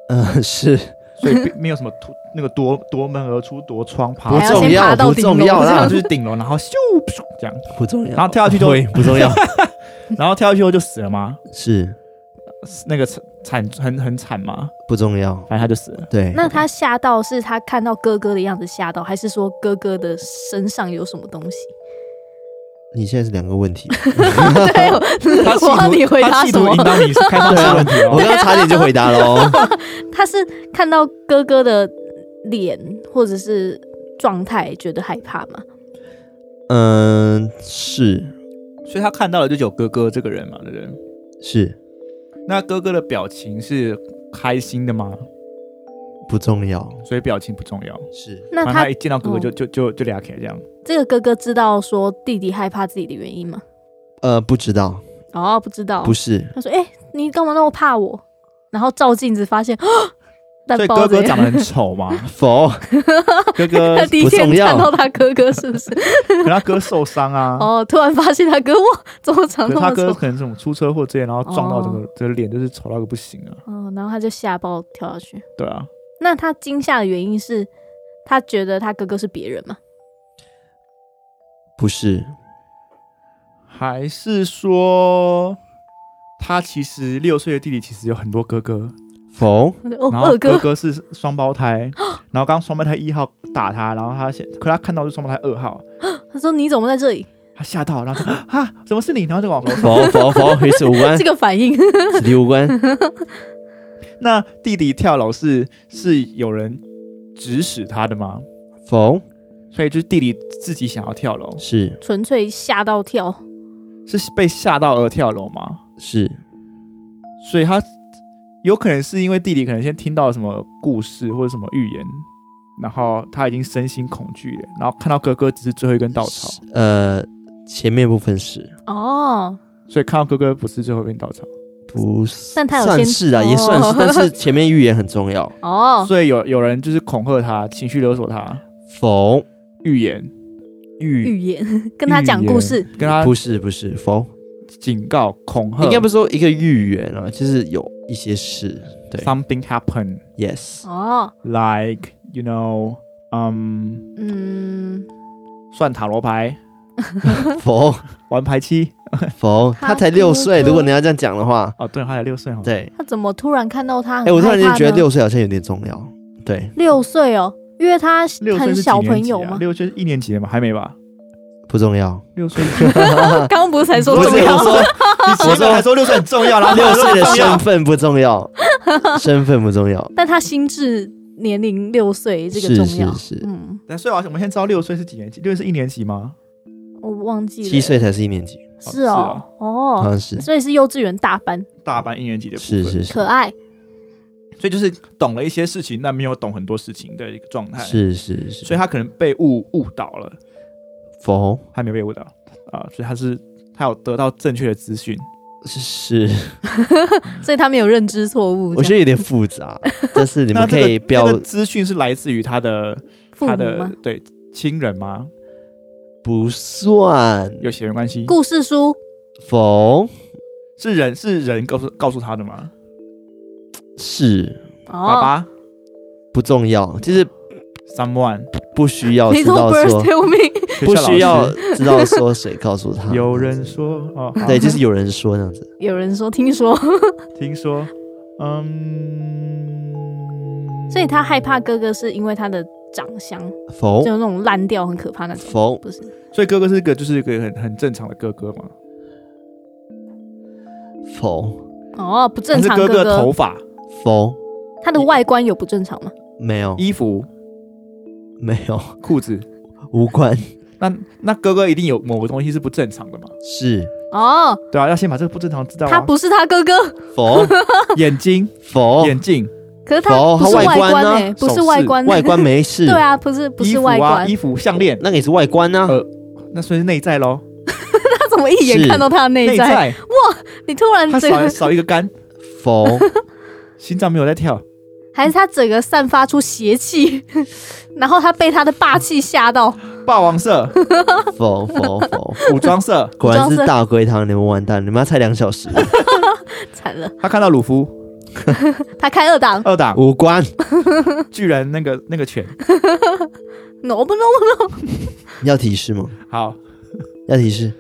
A: 嗯、是
C: 所以并没有什么突那个夺夺门而出夺窗爬
A: 不
B: 还要
A: 重
B: 先爬
A: 要，
B: 到
A: 不
B: 顶楼
A: 重要
B: 这
A: 啦
B: 样
C: 啊就，是顶楼，然后咻咻这样，
A: 不重要。
C: 然后跳下去就
A: 对，不重要，
C: 然后跳下去后就死了吗？
A: 是
C: 那个惨很很惨吗？
A: 不重要。
C: 反正他就死 了。
A: 对，
B: 那他吓到是他看到哥哥的样子吓到，还是说哥哥的身上有什么东西？
A: 你现在是两个问题。
B: 对，我
C: 他
B: 我要你回答
C: 他企
B: 什
C: 图
B: 么
C: 引？导你开放
A: 对
C: 式
A: 啊
C: 问题
A: 我
C: 哦。
A: 刚刚差点就回答哦喽。
B: 他是看到哥哥的脸或者是状态，觉得害怕吗？
A: 嗯、是
C: 所以他看到了就有哥哥这个人嘛，对不对？
A: 是
C: 那哥哥的表情是开心的吗？
A: 不重要，
C: 所以表情不重要。
A: 是
B: 那
C: 反正
B: 他
C: 他一见到哥哥就、
B: 哦
C: 就就就俩起来这样。
B: 这个哥哥知道说弟弟害怕自己的原因吗？
A: 呃不知道，
B: 哦，不知道，
A: 不是
B: 他说：“哎、你干嘛那么怕我？”然后照镜子 发现，啊，蛋
C: 所以
B: 包
C: 哥
B: 子
C: 哥长得很丑嘛，
A: 否，
C: 哥 哥
B: 他第一天
A: 不重要
B: 看到他哥哥是不是？
C: 可能他哥受伤 啊，
B: 哦，突然发现他哥哇，怎么长那
C: 可是他
B: 么
C: 哥
B: 丑？
C: 可能这种出车祸之类，然后撞到整个
B: 哦
C: 整个脸就是丑到个不行啊。
B: 嗯，然后他就吓爆跳下去。
C: 对啊，
B: 那他惊吓的原因是，他觉得他哥哥是别人嘛？
A: 不是
C: 还是说他其实六岁的弟弟其实有很多哥哥，
A: 否
B: 哦，
C: 然
B: 二
C: 后
B: 哥
C: 哥哥是双胞 胎，然后刚刚双胞胎一号打他，然后他现可他看到是双胞胎二号，
B: 他说你怎么在这里？
C: 他吓到，然后说啊，怎么是你？然后就往后走。
A: 否否否， 与此无
C: 哎
A: 关
B: 这，个反应
A: 此题无关。
C: 那弟弟跳楼是是有人指使他的吗？
A: 否
C: 所以就是弟弟自己想要跳楼，
A: 是
B: 纯粹吓到跳，
C: 是被吓到而跳楼吗？
A: 是
C: 所以他有可能是因为弟弟可能先听到什么故事或者什么预言，然后他已经身心恐惧了，然后看到哥哥只是最后一根稻草，
A: 呃，前面部分是
B: 哦，
C: 所以看到哥哥不是最后一根稻草，
A: 不是？
B: 但他有
A: 算
B: 先
A: 是啊，也算是
B: 哦，
A: 但是前面预言很重要。
B: 哦，
C: 所以有有人就是恐吓他，情绪勒索他，
A: 否
C: 预言预
B: 预言 跟他讲故事，，
C: 跟他
A: 不是不是否，
C: 警告恐吓，
A: 应该不是说一个预言啊，就是有一些事。对
C: something happen
A: ，yes，
B: 哦，
C: like you know，嗯，
B: 嗯，
C: 算塔罗牌，
A: 否
C: 玩牌七
A: 否，他才六岁，如果你要这样讲的话，
C: 哦，对，他才六岁哦，
A: 对。
B: 他怎么突然看到他很
A: 哎，我突然
B: 嗯害
A: 间
B: 怕
A: 觉得
B: 呢
A: 六岁好像有点重要。对，
B: 六岁哦，因为他
C: 六岁
B: 很
C: 是几
B: 小
C: 年
B: 朋
C: 级
B: 友
C: 啊
B: 吗？
C: 六岁是一年级的吗？还没吧？
A: 不重 要。
C: 六岁
B: 刚刚不是才说
A: 啊不是
B: 重要
A: 我
B: 吗？
A: 说
C: 我说还说六岁很重要，然后
A: 六岁的
C: 重
A: 身
C: 要，
A: 份不重 要，身份不重要，
B: 但他心智年龄六岁，这个
A: 是
B: 重要
A: 是。是，
B: 嗯，
C: 但所以我们现在知道六岁是几年级？六岁是一年级吗？
B: 我忘记了。
A: 七岁才是一年级，
B: 是哦，
A: 好
B: 哦，
A: 像是
B: 所以是幼稚园大班，
C: 大班一年级的部
A: 是
C: 分，
A: 是是
B: 可爱。
C: 所以就是懂了一些事情，但没有懂很多事情的一个状态，，
A: 是是是，
C: 所以他可能被误误导了，
A: 否
C: 还没有被误导啊，所以他是他有得到正确的资讯，
A: 是，
B: 所以他没有认知错误。
A: 我觉得有点复 杂，但是你
C: 那
A: 们
C: 这
A: 可
C: 个
A: 以标
C: 这个资讯是来自于他的
B: 得父
C: 他
B: 母
C: 的
B: 吗？
C: 对亲人吗？
A: 不算
C: 有血缘关系？
B: 故事书
A: 否
C: 是人是人告诉告诉他的吗？
A: 是
C: 爸
B: 哦
C: 爸
A: 不重要，就是
C: ，someone，
A: 不需要知
B: ，Little
A: 道
B: Birds
A: 说
B: Tell Me，
A: 不
C: 学校老
A: 需
C: 师
A: 要知道说谁告诉他，
C: 有人说哦，好
A: 对，就是有人说这样子，
B: 有人说听说，
C: 听说，嗯，
B: 所以他害怕哥哥是因为他的长相，
C: 哦
A: 否
B: 就那种烂掉很可怕那种，
A: 否
B: 不是？
C: 所以哥哥是一个就是一个很很正常的哥哥嘛，
A: 否
B: 哦，不正常
C: 但是哥的头发、
A: 否
B: 他的外观有不正常吗？
A: 没有
C: 衣服、
A: 没有
C: 裤子，
A: 无关
C: 那那哥哥一定有某个东西是不正常的嘛？
A: 是
B: 哦，
C: 对啊，要先把这个不正常知道、啊。
B: 他不是他哥哥，
A: 否
C: 眼睛、
A: 否
C: 眼镜、
B: 可是
A: 否
C: 哦
B: 他不是
A: 他外
B: 外
A: 观
B: 观
A: 呢
B: 哎，不
C: 手
B: 是
C: 势
B: 外观，
A: 外观没事，
B: 对啊，不是不
C: 衣
B: 是
C: 服
B: 外
C: 啊、
B: 观，
C: 衣服、项链，
A: 那个也是外观啊呢、
C: 呃那算是内在喽。
B: 他怎么一眼
A: 是
B: 看到他的内
C: 内
B: 在？
C: 在，
B: 你突然
C: 他
B: 整
C: 少
B: 个
C: 少一个肝，
A: 否
C: 心脏没有在跳，
B: 还是他整个散发出邪气，然后他被他的霸气吓到，
C: 霸王色、
A: 否否 否，
C: 武装色，
A: 果然是大龟汤，你们完蛋，你们要猜两小时，
B: 惨了，
C: 他看到鲁夫
B: 他开二档
C: 二档
A: 无关，
C: 巨人那个那个犬，
B: ，no 不 no，
A: 要提示吗？
C: 好
A: 要提示，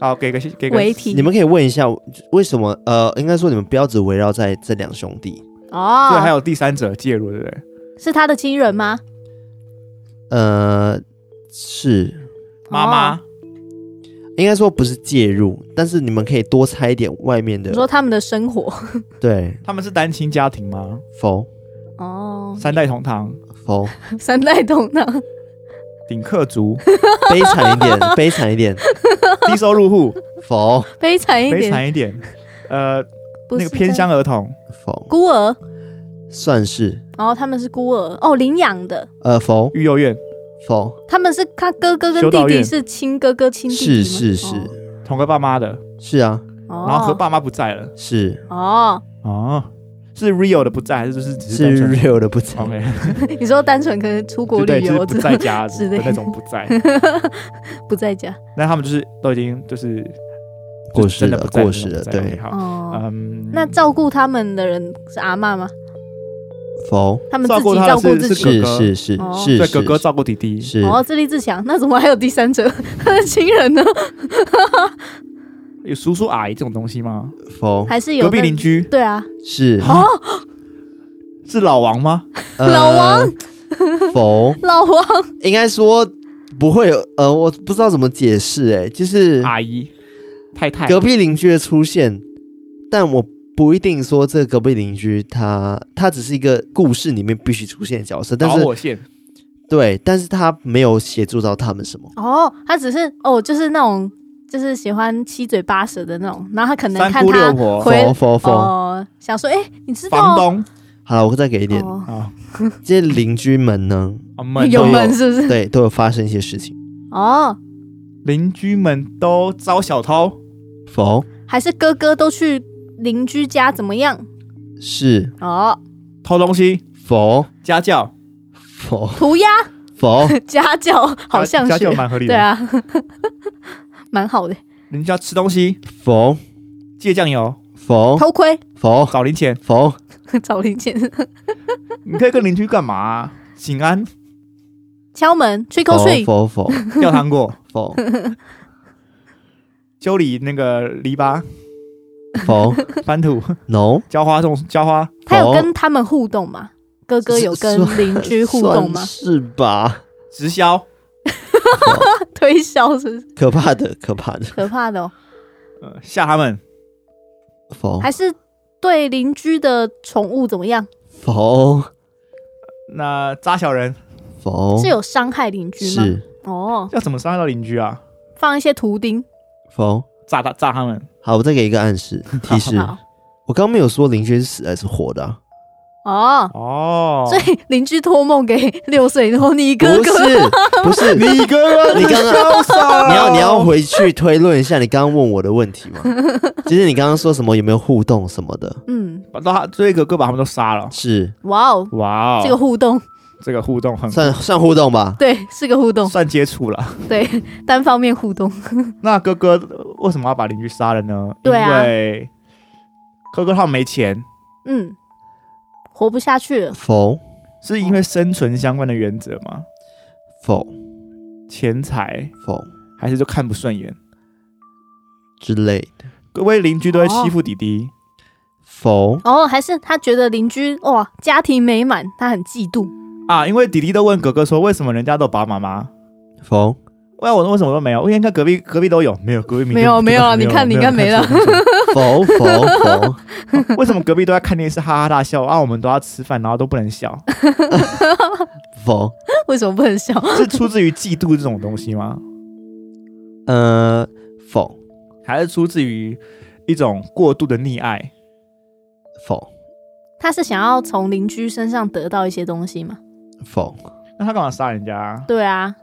C: 好给个给个
B: 围
A: 你
B: 题
A: 们可以问一下为什么？呃，应该说你们标只围绕在这两兄弟，
C: 对，还
B: 哦，
C: 有第三者介入，对不对？
B: 是他的亲人吗？
A: 呃，是
C: 妈妈
B: 哦，
A: 应该说不是介入，但是你们可以多猜一点外面
B: 你说
A: 的，
B: 他们的生活
A: 对，
C: 他们是单亲家庭吗？
A: 否
B: 哦，
C: 三代同堂，
A: 否，
B: 三代同堂，
C: 顶客族，
A: 悲惨一点， 悲惨一点，
C: 低收入户，
A: 否
B: 悲惨一
C: 悲
B: 点，
C: 惨一点，呃，
B: 不
C: 那
B: 是
C: 个偏
B: 在
C: 乡儿童，
A: 否，
B: 孤儿，
A: 算是，
B: 然后他们是孤儿，哦，领养的，
A: 呃，否
C: 育幼院，
A: 否，
B: 他们是他哥哥跟
C: 修
B: 弟
C: 道
B: 弟
C: 院
B: 是亲哥哥亲弟弟
A: 是是
B: 吗
A: 是
C: 同个爸妈的，
A: 是啊，
B: 哦，
C: 然后和爸妈不在了，
A: 是
B: 哦，
C: 哦，是 Rio 的不在，还是就是只
A: 是
C: 单纯哦
A: real 的不猜。
C: OK，
B: 你说单纯可能出国
C: 就对，
B: 旅
C: 就是
B: 游
C: 不在家
B: 之
C: 的
B: 类的
C: 那种不在，
B: 不在家，
C: 那他们就是都已经就是
A: 过世
C: 真的
A: 了，
C: 不在
A: 过世了，
C: 那种不在
A: 对
C: OK，，好，
B: 哦，
C: 嗯，
B: 那照顾他们的人是阿嬷吗？
A: 否，
B: 他们自
C: 照
B: 己
C: 顾他的
B: 照顾
C: 是
B: 自
C: 是
B: 己。
C: 哥
A: 是
C: 哥
A: 是是
B: 哦
A: 是，
C: 对
A: 是
C: 哥哥照顾弟弟，
A: 是
B: 哦，自立自强，那怎么还有第三者？ 他的亲人呢？
C: 有叔叔阿姨这种东西吗？
A: 否
B: 还是有
C: 隔壁
B: 那
C: 邻？居
B: 对啊，
A: 是
B: 哦，
C: 是老王吗？
A: 呃
B: 老王，
A: 否，
B: 老王，
A: 应该说不会有，呃，我不知道怎么解释，哎，就是
C: 阿姨、太太，
A: 隔壁邻居的出现，但我不一定说这隔壁邻居他他只是一个故事里面必须出现的角色，但
C: 导
A: 是
C: 火线，
A: 对，但是他没有协助到他们什么，
B: 哦，他只是哦，就是那种就是喜欢七嘴八舌的那种，然后他可能
C: 三
B: 看
C: 姑
B: 他
C: 六婆，
B: 回
A: 否否否，
B: 哦，想说哎、你知道
C: 房东
A: 好了，我再给一点，
B: 哦
C: 啊，
A: 这些邻居们 呢，
C: 啊们
B: 有
C: 都
B: 门是不是？
A: 对，都有发生一些事情，
B: 哦，
C: 邻居们都遭小偷，
A: 否
B: 还是哥哥都去邻居家怎么样？
A: 是
B: 哦，
C: 偷东西，
A: 否
C: 家教，
A: 否
B: 涂鸦
A: 否，
B: 家教好像
C: 家
B: 是
C: 教，蛮合理
B: 对
C: 的，
B: 啊， 蛮好的。
C: 人家吃东西
A: 否
C: 借酱油哦
A: 否
B: 偷窥
A: 否
C: 找零钱，
A: 否
B: 找零钱，
C: 你可以跟邻居干嘛啊？请安，
B: 敲门吹口
C: 哦
A: 否
B: 水，
A: 否否
C: 要糖果，
A: 否
C: 修理那个篱笆，
A: 否
C: 翻土，
A: no。
C: 浇花种浇花，
B: 他有
A: 否
B: 跟他们互动吗？哥哥有跟邻居互动吗
A: 算？是吧，
C: 直销，
B: 推销是不是
A: 可怕的，可怕的，
B: 可怕的哦，
C: 呃，吓他们，
A: 否
B: 还是对邻居的宠物怎么样？
A: 否
C: 那扎小人
A: 否
B: 是有伤害邻居吗？
A: 哦是
B: 哦，
C: 要怎么伤害到邻居啊？
B: 放一些图钉，
A: 否。
C: 炸他炸他们，
A: 好，我再给一个暗 示提示。
B: 好
A: 我刚刚没有说邻居是死还是活的啊、
B: 哦。
C: 哦，
B: 所以邻居托梦给六岁，然后你
A: 不
B: 哥哥
A: 是不是 你
C: 你哥哥，
A: 你刚刚
C: 潇洒
A: 你要你要回去推论一下你刚刚问我的问 题吗？就是你刚刚说什么有没有互动什么的，
B: 嗯，
C: 把他这一个哥把他们都杀了。
A: 是
B: 哇哦，
C: 哇哦，
B: 这个互动，
C: 这个互动很
A: 算算互动吧？
B: 对，是个互动，
C: 算接触了。
B: 对，单方面互动，
C: 那哥哥为什么要把邻居杀了呢？
B: 对啊
C: 因为哥哥他们没钱，
B: 嗯，活不下去了，
A: 否
C: 是因为生存相关的原则吗？
A: 否
C: 钱财
A: 否
C: 还是就看不顺眼？
A: 之类的，
C: 各位邻居都会欺负弟弟，
A: 否
B: 哦，还是他觉得邻居哇家庭美满，他很嫉妒，
C: 啊，因为弟弟都问哥哥说，为什么人家都有爸爸妈妈？
A: 否
C: 喂，我为什么都没有？我应该隔壁隔壁都有，没有隔壁
B: 没 有没有啊
C: 没
B: 你看你
C: 没有
B: 看没了
C: 看出来
A: 否否否，
C: 为什么隔壁都在看电视哈哈大笑啊？我们都要吃饭，然后都不能笑，
A: 否
B: 为什么不能笑？
C: 是出自于嫉妒这种东西吗？
A: 呃否
C: 还是出自于一种过度的溺爱？
A: 否
B: 他是想要从邻居身上得到一些东西吗？
A: 否
C: 那他干嘛杀人家啊？
B: 对啊，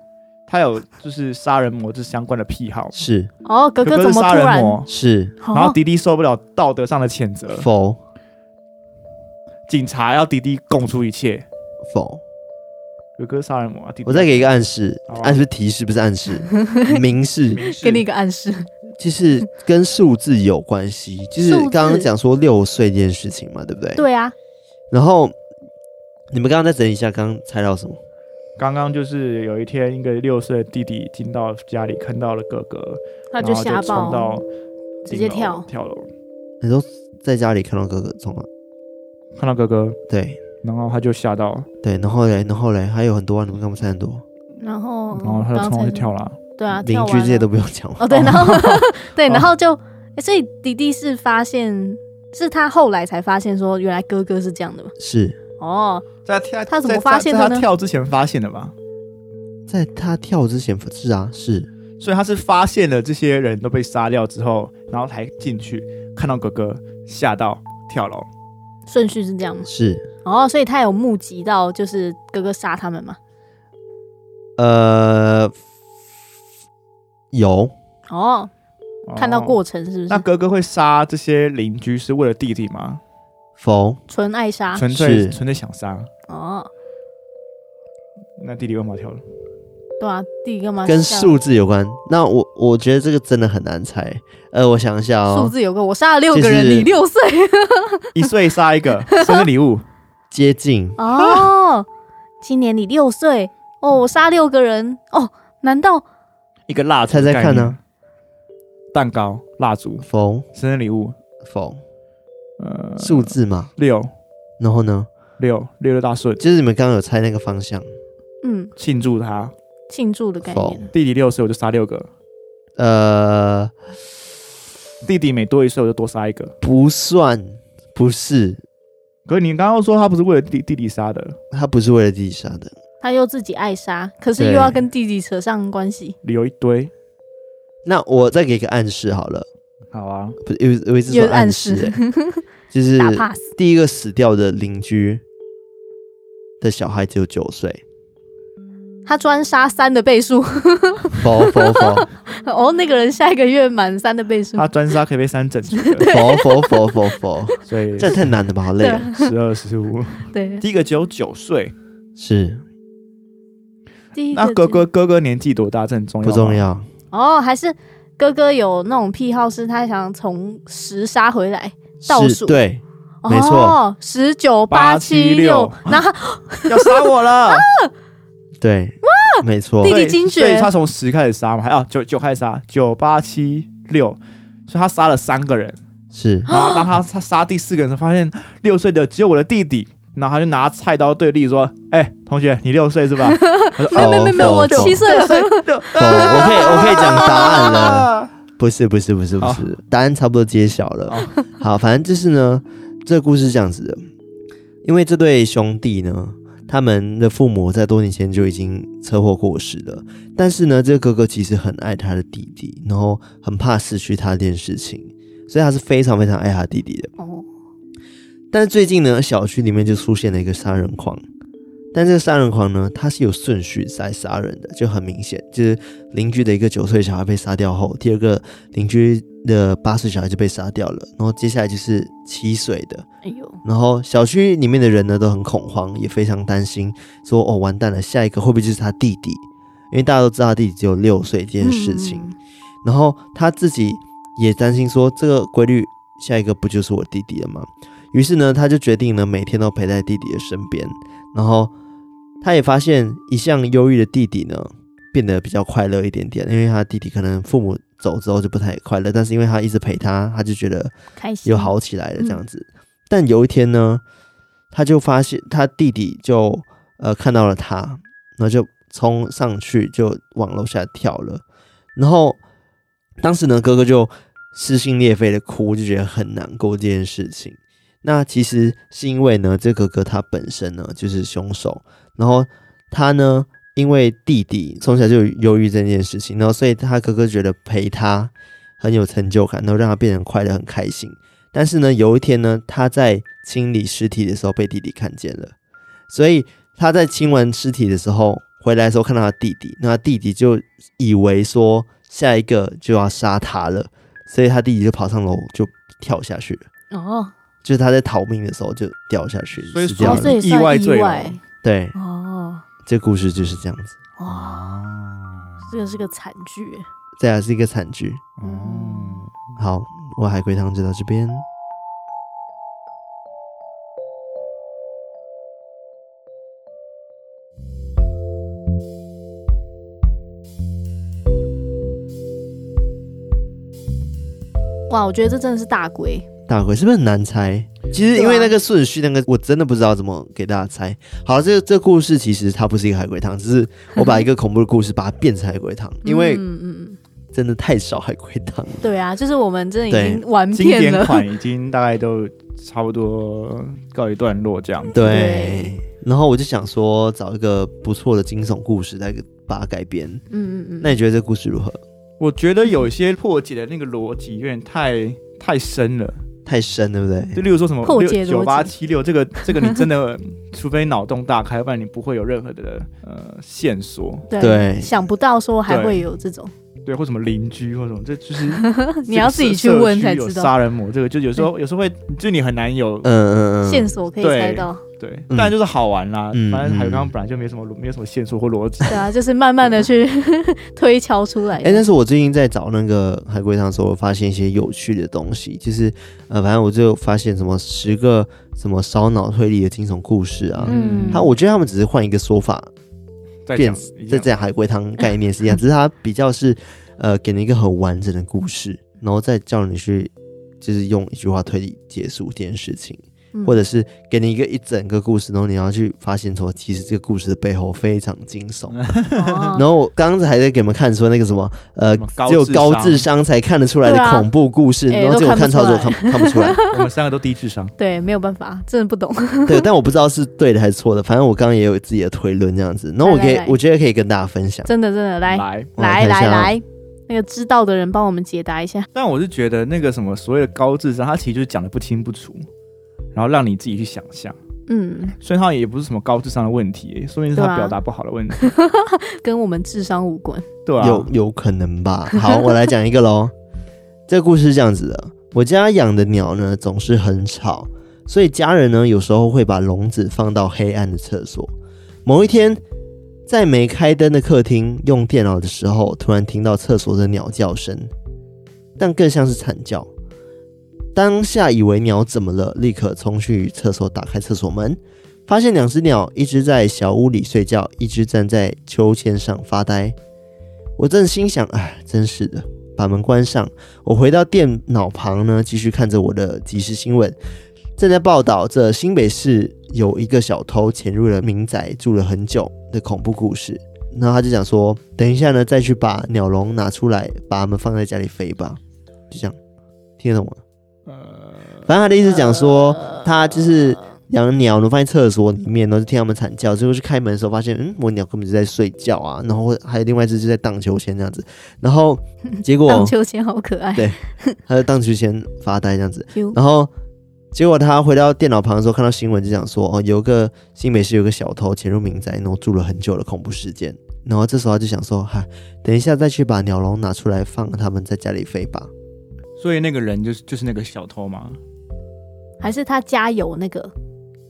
C: 他有就是杀人魔这相关的癖好，
A: 是
B: 哦，哥
C: 哥
B: 怎
C: 是
B: 么
C: 杀
B: 突
C: 人
B: 然？
C: 魔，
A: 是
B: 哦
C: 然后迪迪受不了道德上的谴责，
A: 否
C: 警察要迪迪供出一切。
A: 否。
C: 哥哥杀人魔，啊弟弟
A: 我再给一个暗示
C: 好啊，
A: 暗示提示不是暗示， 明示
C: 明示
B: 给你一个暗示，
A: 就是跟数字有关系，就是
B: 数字
A: 刚刚讲说六岁这件事情嘛，对不对？。
B: 对啊，
A: 然后你们刚刚再整理一下，刚刚猜到什么？
C: 刚刚就是有一天，一个六岁的弟弟进到家里，看到了哥哥，
B: 他
C: 然后
B: 就
C: 就
B: 吓
C: 冲
B: 爆，
C: 到
B: 直接
C: 顶楼
B: 跳
C: 跳楼，
A: 你说在家里看到哥哥中了，
C: 看到哥哥，
A: 对
C: 然后他就吓到，
A: 对，然后嘞，然后嘞，还有很多啊，你们干嘛猜很多？
B: 然后
C: 然后他就
B: 刚
C: 冲
B: 才
C: 上去跳了。
B: 对啊，
A: 邻
B: 跳
A: 居
B: 完
A: 这些
B: 了
A: 都不用讲了，
B: 哦，对， 然后对，
C: 哦
B: 然后就，诶所以弟弟是发现，是他后来才发现说，原来哥哥是这样的嘛。
A: 是
B: 哦，
C: 在跳，
B: 他怎么
C: 在
B: 发现的
C: 在
B: 呢
C: 他跳之前发现的吧？
A: 在他跳之前是啊是
C: 所以他是发现了这些人都被杀掉之后，然后才进去看到哥哥，吓到跳楼。
B: 顺序是这样吗？
A: 是，
B: 哦，所以他有目击到，就是哥哥杀他们嘛。
A: 呃，有
B: 哦，看到
C: 哦。
B: 过程是不
C: 那
B: 是
C: 哥哥会杀这些邻居是为了弟弟吗？
A: 否
B: 纯爱杀？
C: 纯粹
A: 是
C: 纯粹想杀。
B: 哦，
C: 那弟弟为什么跳楼？
B: 对啊，弟弟干嘛
A: 跟
B: 吓
A: 数字有关。那我我觉得这个真的很难猜。呃，我想一下
B: 数
C: 啊
A: 哦，
B: 字有个我杀了六个人，
A: 就是
B: 你六 岁
C: 一岁杀一 个，生日礼物。
A: 接近
B: 哦，今年你六岁哦，我杀六个人哦，难道
C: 一个蜡烛，
A: 猜猜看呢？
C: 蛋糕、蜡烛、
A: 否
C: 生日礼物，
A: 否
C: 呃，
A: 数字嘛，
C: 六，
A: 然后呢？
C: 六六六大顺，
A: 就是你们刚刚有猜那个方向，
B: 嗯，
C: 庆祝他
B: 庆祝的概念，
C: 弟弟六岁我就杀六个，
A: 呃，
C: 弟弟每多一岁我就多杀一个。
A: 不算，不是，
C: 可是你刚刚说他不是为了弟弟弟杀的，
A: 他不是为了弟弟杀的，
B: 他又自己爱杀，可是
A: 对
B: 又要跟弟弟扯上关系，
C: 理由一堆。
A: 那我再给一个暗示好了，
C: 好啊，
A: 不是，有有一次
B: 又
A: 说
B: 是暗
A: 示、
B: 示
A: 欸，就是
B: 打 pass，
A: 第一个死掉的邻居的小孩只有九岁，
B: 他专杀三的倍数，
A: 否否否
B: 哦，那个人下一个月满三的倍数，
C: 他专杀可以被三整除的，
A: 否否否否否，
C: 所以
A: 这也太难了吧，好累
B: 对
A: 啊，
B: 啊
C: 十二十五。
B: 对，
C: 第一个只有九岁，
A: 是
B: 第一
C: 那
B: 个
C: 哥哥哥哥年纪多大？这很重要，
A: 不重。要？
B: 哦，还是哥哥有那种癖好，是他想从十杀回来，倒
A: 是
B: 数
A: 对，没错，
B: 十九八
C: 八
B: 七
C: 七
B: 六
C: 六，
B: 然后
C: 要杀我 了！
A: 对，没错
B: 弟，弟
C: 对
B: 惊觉
C: 所以他从十开始杀嘛，还啊九九开始杀，九八七六，所以他杀了三个 人。
A: 是
C: 然后当他他杀第四个人的时候，发现六岁的只有我的弟弟，然后他就拿菜刀对立说：“哎、同学，你六岁是 吧？”他说：“
B: 没有没有没有没有，
A: 哦
B: 我
A: 懂
B: 七岁了，
C: 六
A: 否，我可以我可以讲答案了。
C: 啊
A: 不是不是不是不
C: 好
A: 是，答案差不多揭晓了。好，反正就是呢，这个故事是这样子的，因为这对兄弟呢，他们的父母在多年前就已经车祸过世了，但是呢，这个哥哥其实很爱他的弟弟，然后很怕失去他这件事情，所以他是非常非常爱他弟弟的。
B: 哦，
A: 但是最近呢，小区里面就出现了一个杀人狂。但这个杀人狂呢，他是有顺序在杀人的，就很明显，就是邻居的一个九岁小孩被杀掉后，第二个邻居的八岁小孩就被杀掉了，然后接下来就是七岁的，
B: 哎呦，
A: 然后小区里面的人呢都很恐慌，也非常担心，说哦完蛋了，下一个会不会就是他弟弟？因为大家都知道他弟弟只有六岁这件事情，
B: 嗯
A: 然后他自己也担心说这个规律，下一个不就是我弟弟了吗？于是呢，他就决定呢每天都陪在弟弟的身边，然后他也发现一向忧郁的弟弟呢变得比较快乐一点点，因为他弟弟可能父母走之后就不太快乐，但是因为他一直陪他，他就觉得
B: 开心嗯
A: 有，好起来了这样子。但有一天呢，他就发现他弟弟就呃看到了他，然后就冲上去就往楼下跳了。然后当时呢，哥哥就撕心裂肺的哭，就觉得很难过这件事情。那其实是因为呢，这个哥哥他本身呢就是凶手，然后他呢因为弟弟从小就有忧郁症这件事情，然后所以他哥哥觉得陪他很有成就感，然后让他变得很快乐、很开心。但是呢，有一天呢，他在清理尸体的时候被弟弟看见了，所以他在清完尸体的时候回来的时候看到他弟弟，那他弟弟就以为说下一个就要杀他了，所以他弟弟就跑上楼就跳下去了，
B: 哦，
A: 就是他在逃命的时候就掉下去
C: 所以
A: 死
C: 这
A: 掉
C: 样
B: 哦，这
A: 了。
B: 也
C: 意外
B: 算
C: 罪
B: 意外，
A: 对，
B: 哦，
A: 这故事就是这样子，
B: 哇，这个是个惨剧，
A: 这也是一个惨剧。
B: 嗯
C: 哦，
A: 好，我海龟汤就到这边。
B: 哇，我觉得这真的是大龟，
A: 大鬼是不是很难猜？其实因为那个顺序，那个我真的不知道怎么给大家猜。好，这这故事其实它不是一个海龟汤，只是我把一个恐怖的故事把它变成海龟汤，因为
B: 嗯嗯
A: 真的太少海龟汤了
B: 嗯，。对啊，就是我们真的已
A: 对
B: 经玩
C: 经
B: 遍
C: 典
B: 了，
C: 款已经大概都差不多告一段落这样。
A: 对
B: 对，
A: 然后我就想说找一个不错的惊悚故事来把它改编。
B: 嗯嗯嗯，
A: 那你觉得这故事如何？
C: 我觉得有一些破解的那个逻辑有点太太深了，
A: 太深，对不对？
C: 就例如说什么
B: 破解
C: 六
B: 逻
C: 九
B: 辑
C: 八七六这个这个你真的除非脑洞大开，不然你不会有任何的呃线索，
A: 对
B: 想不到说还
C: 对
B: 会有这种，
C: 对，或什么邻居或什么，这就是
B: 你要自己去问才
C: 这个
B: 知
C: 社社区
B: 道，
C: 有杀人魔这个就有时候有时候会就你很难有
A: 嗯嗯
B: 线
A: 嗯，
B: 索可以
C: 对
B: 猜到，
C: 对，
A: 嗯
C: 当然就是好玩啦
A: 嗯。
C: 反正海龟汤
A: 嗯
C: 本来就没什么没有什么线索或逻辑，
B: 对啊，就是慢慢的去 推敲出来的。
A: 哎，但是我最近在找那个海龟汤的时候，我发现一些有趣的东西，就是呃，反正我就发现什么十个什么烧脑推理的惊悚故事啊，
B: 嗯
A: 他我觉得他们只是换一个说法，
C: 再
A: 变
C: 讲
A: 在这海龟汤概念是一样，只是它比较是呃给了一个很完整的故事，然后再叫你去就是用一句话推理结束这件事情。
B: 嗯
A: 或者是给你一个一整个故事，然后你要去发现说，其实这个故事的背后非常惊悚。
C: 嗯
A: 然
B: 哦
A: 后我刚刚还在给你们看说那个什么，呃
C: 什么，高
A: 只有
C: 智
A: 高
C: 商
A: 智商才看得出来的
B: 对啊
A: 恐怖故事，
B: 哎
A: 然后
B: 都
A: 结果
B: 看
A: 看
B: 不出
A: 操作
B: 来
A: 看看不出 来。
C: 我们三个都低智商，
B: 对，没有办法，真的不懂。
A: 对，但我不知道是对的还是错的，反正我刚刚也有自己的推论这样子。然后我
B: 来
A: 可
B: 来
A: 以
B: 来，
A: 我觉得可以跟大家分享。
B: 真的真的， 来
C: 来。
A: 我来
B: 来
A: 看一
B: 来
A: 下啊
B: 来，那个知道的人帮我们解答一下。
C: 但我是觉得那个什么所谓的高智商，它其实就是讲的不清不楚，然后让你自己去想象。
B: 嗯，
C: 所以它也不是什么高智商的问题，说明是
B: 对
C: 他
B: 啊
C: 表达不好的问题。
B: 跟我们智商无关。
C: 对啊，
A: 有有可能吧。 好，我来讲一个喽。这个故事是这样子的：我家养的鸟呢总是很吵，所以家人呢有时候会把笼子放到黑暗的厕所。某一天，在没开灯的客厅用电脑的时候，突然听到厕所的鸟叫声，但更像是惨叫。当下以为鸟怎么了，立刻冲去厕所打开厕所门，发现两只鸟，一只在小屋里睡觉，一只站在秋千上发呆。我正心想，哎，真是的，把门关上。我回到电脑旁呢，继续看着我的即时新闻，正在报道这新北市有一个小偷潜入了民宅，住了很久的恐怖故事。然后他就讲说，等一下呢，再去把鸟笼拿出来，把它们放在家里飞吧。就这样，听得懂吗？反正他的意思讲说，
B: 呃
A: 他就是养鸟，我放在厕所里面，然后就听它们惨叫。最后去开门的时候，发现，嗯，我鸟根本就在睡觉啊。然后还有另外一只就在荡秋千这样子，然 后结
B: 荡
A: 果
B: 秋千好可爱。
A: 对他在荡秋千发呆这样子。
B: Q
A: 然后结果他回到电脑旁的时候，看到新闻就讲说，哦，有个新北市有个小偷潜入民宅，然后住了很久的恐怖事件。然后这时候他就想说，哈，等一下再去把鸟笼拿出来放，它们在家里飞吧。
C: 所以那个人就是就是那个小偷嘛，
B: 还是他家有那个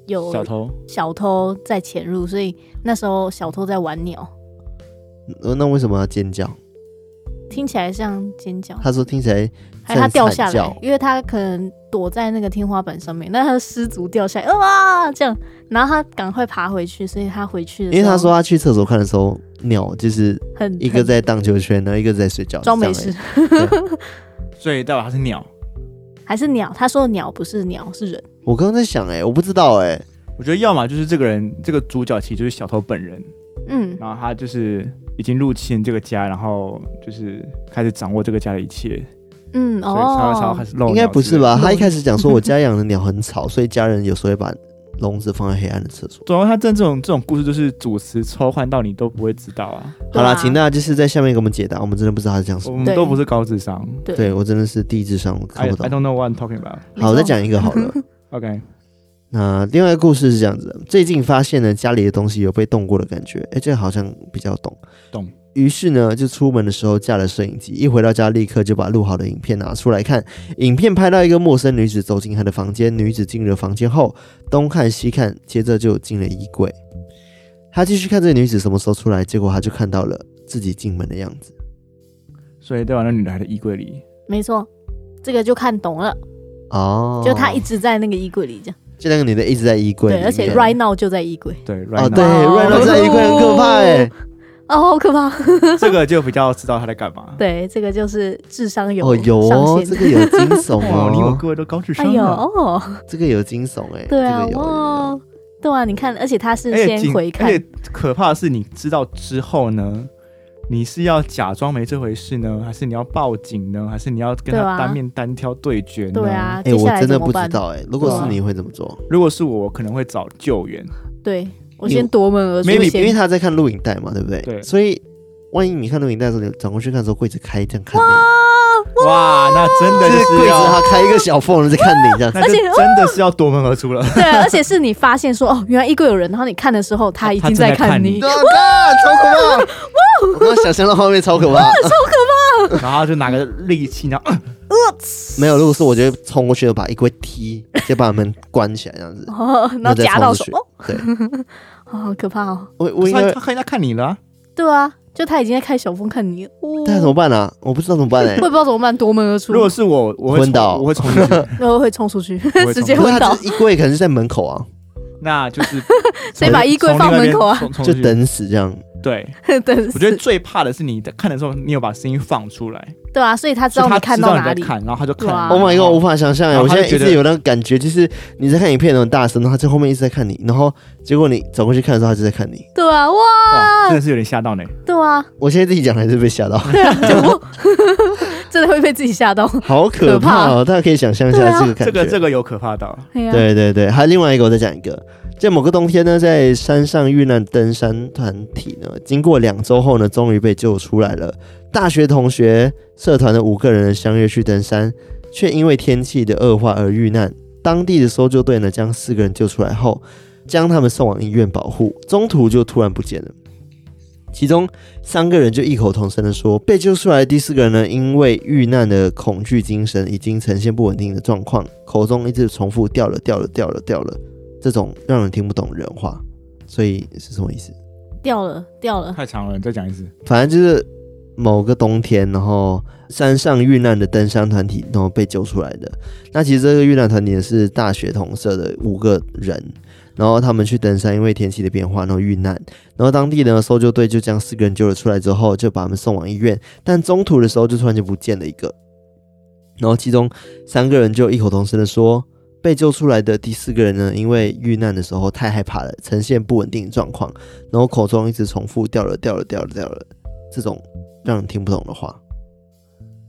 B: 有
C: 小偷
B: 小偷在潜入，所以那时候小偷在玩鸟，
A: 呃那为什么要尖叫？
B: 哦听起来像尖叫，
A: 他说听起来
B: 还是他
A: 很
B: 掉
A: 惨
B: 下来
A: 叫，
B: 因为他可能躲在那个天花板上面，那他的失足掉下来，哇，这样，然后他赶快爬回去，所以他回去的时
A: 因为
B: 候
A: 他说他去厕所看的时候，鸟就是
B: 很
A: 一个
B: 很
A: 在荡秋千，然后一个在睡觉，
B: 装没
A: 是这
B: 事
A: 样，
C: 所以代表他是鸟。
B: 还是鸟，他说的鸟不是鸟是人，
A: 而已。我刚刚在想、哎，我不知道、哎，
C: 我觉得要么就是这个人，这个主角其实就是小偷本人，
B: 嗯，
C: 然后他就是已经入侵这个家，然后就是开始掌握这个家的一切，
B: 嗯
C: 所以才会才会
B: 哦
C: 开，始漏。
A: 应该不是？吧？
B: 之类的
A: 他一开始讲说我家养的鸟很吵，所以家人有时候会把笼子放在黑暗的厕所。
C: 主要他这这种这种故事就是主词抽换到你都不会知道啊，
B: 对
A: 好
B: 啊
A: 啦，请大家就是在下面给我们解答，我们真的不知道他在讲什
C: 我
A: 么。
C: 们
B: 对
C: 都不是高智商。
B: 对
A: 对我真的是第一智商，我
C: I
A: 看
C: I
A: 不懂。
C: don't know what I'm talking about。
B: 没
A: 好，我再
B: 错
A: 讲一个好了。
C: OK，
A: 那另外一个故事是这样子的：最近发现呢，家里的东西有被动过的感觉，哎、这个好像比较懂。
C: 懂。
A: 于是呢，就出门的时候架了摄影机，一回到家立刻就把录好的影片拿出来看。影片拍到一个陌生女子走进她的房间，女子进了房间后东看西看，接着就进了衣柜。他继续看这个女子什么时候出来，结果他就看到了自己进门的样子。
C: 所以代表那女的还在衣柜里。
B: 没错，这个就看懂了，
A: 哦，
B: 就他一直在那个衣柜里这样，
A: 就那个女的一直在衣柜里
B: 对，
A: 面，
B: 而且 right now 就在衣柜，
C: 对
A: 哦，
C: ，right now
A: 对，right now 在衣柜很可怕哎、
B: 哦，好可怕，
C: 这个就比较知道他在干嘛。
B: 对，这个就是智商有
A: 哦，有
B: 上
A: 哦，
B: 限
A: 这个有惊 悚
C: 哇，你我
A: 哦，
C: 各位都高智
B: 哎
C: 商
B: 呦，
C: 啊！
B: 哦，
A: 这个有惊悚哎、
B: 对啊，
A: 这个有哎有
B: 哇，对啊，你看，而且他是
C: 而且
B: 先
C: 紧
B: 回看
C: 哎而，且可怕的是，你知道之后呢，你是要假装没这回事呢，还是你要报警呢，还是你要跟
B: 对啊
C: 他单面单挑对决呢？
B: 对啊，
A: 哎、
B: 接
A: 我
B: 下来
A: 真的
B: 怎么
A: 不知
B: 办？
A: 道哎、如果
B: 对
A: 是
B: 啊
A: 你会怎么做？
C: 如果是我，我可能会找救援。
B: 对我
A: 因为
B: 先夺门而出
A: maybe 因为
B: 先，
A: 他在看录影带嘛，对不对？
C: 对
A: 所以万一你看录影带的时候，你转过去看的时候，柜子开这样看你，
B: 哇，
C: 哇，那真的
A: 就是
C: 是
A: 柜子
C: 要，
A: 它开一个小缝在看你这样。
C: 那就
B: 而且哦
C: 真的是要夺门而出了。
B: 对，啊 而且是你发现说哦，原来衣柜有人，然后你看的时候，他已
C: 他
B: 经
C: 正在
B: 看
C: 看
B: 你
C: 你，
A: 啊干超可怕！我刚刚想象到画面超可怕。
C: 然后就拿个利器，然后
A: 没有，如果是我就冲过去就把衣柜踢，就把门关起来这样 子。
B: 哦，然后
A: 再
B: 夹
A: 冲
B: 到
A: 出
B: 手
A: 去，
B: 哦，
A: 对，
B: 哦好可怕哦，
A: 我我
C: 我
A: 应该
C: 他他他看你了啊，
B: 对啊，就他已经在开小风看你了，哦
A: 但怎么办啊？我不知道怎么办哎、
B: 我也不知道怎么办，夺门而出，
C: 如果是我，我会
A: 昏倒
C: 冲我会冲进去，
B: 然后会冲出去，
C: 会
B: 直接
A: 可是
B: 昏
A: 他
B: 倒
A: 这，衣柜可能是在门口啊，
C: 那就是
B: 谁把衣柜放门口啊？
C: 从？从
A: 就
C: 从
A: 等死这样。
C: 对，
B: 对，
C: 我觉得
B: 是
C: 最怕的是你在看的时候，你有把声音放出来，
B: 对啊，所以他知
C: 所以
B: 道
C: 他
B: 你
C: 知
B: 看
C: 道
B: 到
C: 你
B: 哪
C: 在
B: 里，
C: 看，啊然后他就看
B: 哇
C: 你。
B: Oh
A: Oh my god！我无法想象欸，
C: 然后
A: 我
C: 他
A: 现
C: 就
A: 在一直
C: 觉得
A: 有那个感觉，就是你在看影片很大声，然后他在后面一直在看你，然后结果你走过去看的时候，他就在看你。
B: 对啊，哇，
C: 哇，真的是有点吓到呢。
B: 对啊，
A: 我现在自己讲还是被吓到，
B: 真的会被自己吓到。
A: 好可怕哦！大家可以想象一
B: 对
A: 下
B: 啊
A: 这个感
C: 这
A: 觉。
C: 个这个有可怕到，
B: 对啊，
A: 对对对，还有另外一个，我再讲一个。在某个冬天呢，在山上遇难登山团体呢，经过两周后呢，终于被救出来了。大学同学社团的五个人相约去登山，却因为天气的恶化而遇难。当地的搜救队呢，将四个人救出来后，将他们送往医院保护，中途就突然不见了。其中三个人就异口同声的说，被救出来的第四个人呢，因为遇难的恐惧精神已经呈现不稳定的状况，口中一直重复掉了掉了掉了掉了这种让人听不懂人话，所以是什么意思？
B: 掉了掉了，
C: 太长了，你再讲一次。
A: 反正就是某个冬天，然后山上遇难的登山团体，然后被救出来的。那其实这个遇难团体是大学同社的五个人，然后他们去登山，因为天气的变化，然后遇难。然后当地呢搜救队就将四个人救了出来之后，就把他们送往医院，但中途的时候就突然就不见了一个。然后其中三个人就异口同声的说，被救出来的第四个人呢，因为遇难的时候太害怕了，呈现不稳定的状况，然后口中一直重复掉了掉了掉了掉了这种让人听不懂的话。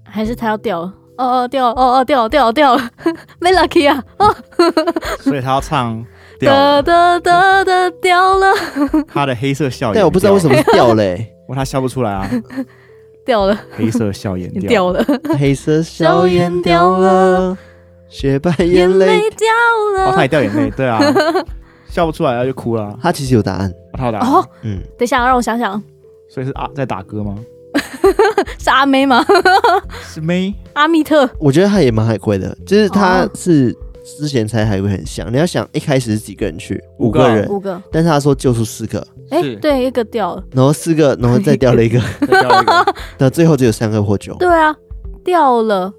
B: 还是他要掉了。哦哦掉了哦哦掉了掉了掉了， 没 lucky 啊！哦
C: 所以他要唱掉
B: 哒
C: 了
B: 哒哒哒掉了
C: 他的黑色笑颜。
A: 但我不知道为什么是掉 嘞、
C: 哇，他笑不出 来啊，
B: 掉了
C: 黑色笑颜掉
B: 掉了，
A: 黑色笑颜掉了，雪白眼泪。
B: 掉
C: 哦，他
B: 了。
C: 也掉眼泪， 对啊，笑不出来他就哭了啊，
A: 他其实有答案，
C: 他有打，
B: 哦，
A: 嗯，
B: 等一下，让我想想，
C: 所以是啊，在打歌吗？
B: 是阿妹吗？
C: 是妹，
B: 阿密特
A: 我觉得他也蛮海归的，就是他
B: 哦
A: 是之前猜海归很像。你要想一开始是几个人去，
C: 五
A: 五
C: 个
A: 个人，
B: 五个，
A: 但是他说救出四个，
B: 哎
C: 是，
B: 对，一个掉了，
A: 然后四个，然后再掉 了一个，
C: 再掉了一个，
A: 那最后只有三个获救。
B: 对啊，掉了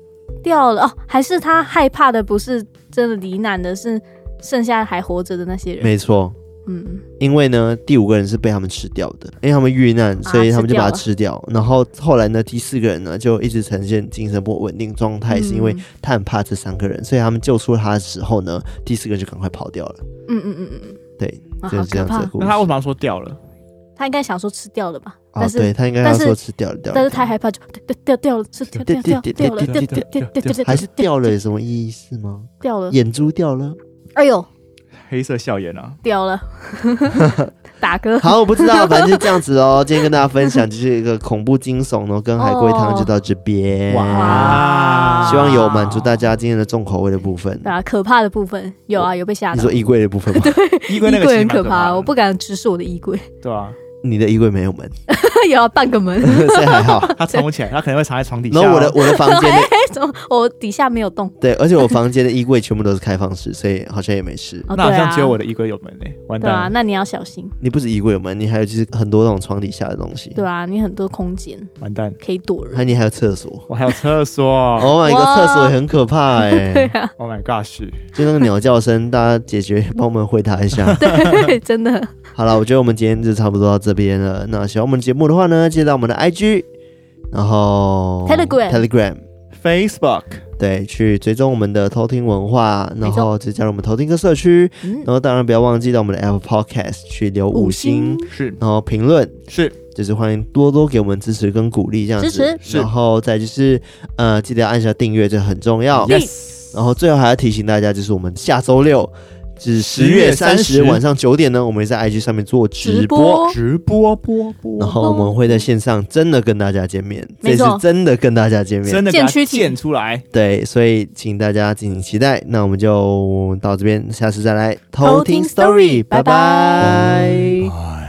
B: 掉了哦，还是他害怕的不是真的罹难的，是剩下还活着的那些人。
A: 没错，
B: 嗯，
A: 因为呢，第五个人是被他们吃掉的，因为他们遇难，所以他们就把它啊吃掉。然后后来呢，第四个人呢就一直呈现精神不稳定状态，是因为他很怕这三个人，所以他们救出他的时候呢，第四个人就赶快跑掉了。
B: 嗯嗯嗯嗯嗯，
A: 对，
B: 啊
A: 就
B: 好
A: 是这
B: 可
A: 样子
B: 怕
A: 的。故
C: 那
A: 事。
C: 他为什么要说掉了？
B: 他应该想说吃掉了吧，
A: 哦
B: 但，是
A: 对他应该要
B: 但是
A: 说吃掉了掉
B: 但是
A: 了，
B: 太害怕就掉掉掉了，是掉掉掉掉了，掉掉掉掉掉，
A: 还是掉了有什么意思吗？
B: 掉了，
A: 眼珠掉了？
B: 哎呦
C: 黑色笑颜啊，
B: 掉了，打嗝。
A: 好，我不知道，反正就这样子哦。 今天跟大家分享就是一个恐怖惊悚，然后跟海龟汤就到这
B: 哦
A: 边。
C: 哇，
A: 希望有满足大家今天的重口味的部分。
B: 对啊，可怕的部分有啊，有被吓
A: 你
B: 到。
A: 说衣柜的部分吗？
C: 衣柜那
B: 衣
C: 个
B: 柜
C: 其
B: 很
C: 实蛮
B: 可
C: 可
B: 怕，
C: 的
B: 我不敢直视我的衣柜，
C: 对啊，
A: 你的衣柜没有门，
B: 也要半个门。
A: 所以还 好。
C: 他藏 不起来，他可能会藏在床底下
A: 然
C: 哦。
A: 后我的我的房间的
B: 哎，怎么我底下没有动？
A: 对，而且我房间的衣柜全部都是开放式，所以好像也没事。
B: 哦，
C: 那好
B: 对
C: 像只有我
B: 啊，
C: 的衣柜有门诶，完
B: 对啊，
C: 蛋，
B: 那你要小心。
A: 你不止衣柜有门，你还有就是很多那种床底下的东西。
B: 对啊，你很多空间
C: 完蛋，
B: 可以躲
A: 还有
B: 人。
A: 你还有厕所。
C: 我还有厕所
A: Oh my god，
B: 哇
A: 厕所也很可怕 哎、
C: ，Oh my gosh，
A: 就那个鸟叫声，大家解决帮我们回答一下。
B: 对，真的。
A: 好了，我觉得我们今天就差不多到这边了。那喜欢我们节目的话呢，记得到我们的 IG，然后
B: Telegram
A: Telegram。
C: Facebook
A: 对，去追踪我们的偷听文化，
B: 没
A: 然
B: 错
A: 后再加入我们偷听歌社区，
B: 嗯
A: 然，后当然不要忘记到我们的 Apple Podcast 去留 五星，
C: 是
A: 然后评论，
C: 是
A: 就是欢迎多多给我们支持跟鼓励这样子。
B: 支持
C: 是
A: 然后再就是呃，记得要按下订阅，这很重要。
B: Yes
A: 然后最后还要提醒大家，就是我们下周六，就是十月三十
C: 10
A: 晚上九点呢，我们也在 IG 上面做直
B: 直
A: 播。
B: 播
C: 直播播播，
A: 然后我们会在线上真的跟大家见面，这
B: 没
A: 次
B: 错
A: 真的跟大家见面，
C: 真的给它
B: 剑躯体
C: 剑出来，
A: 对，所以请大家敬请期待。那我们就到这边，下次再来
B: 偷听 story，
A: 拜
B: 拜
A: 拜。
C: 拜。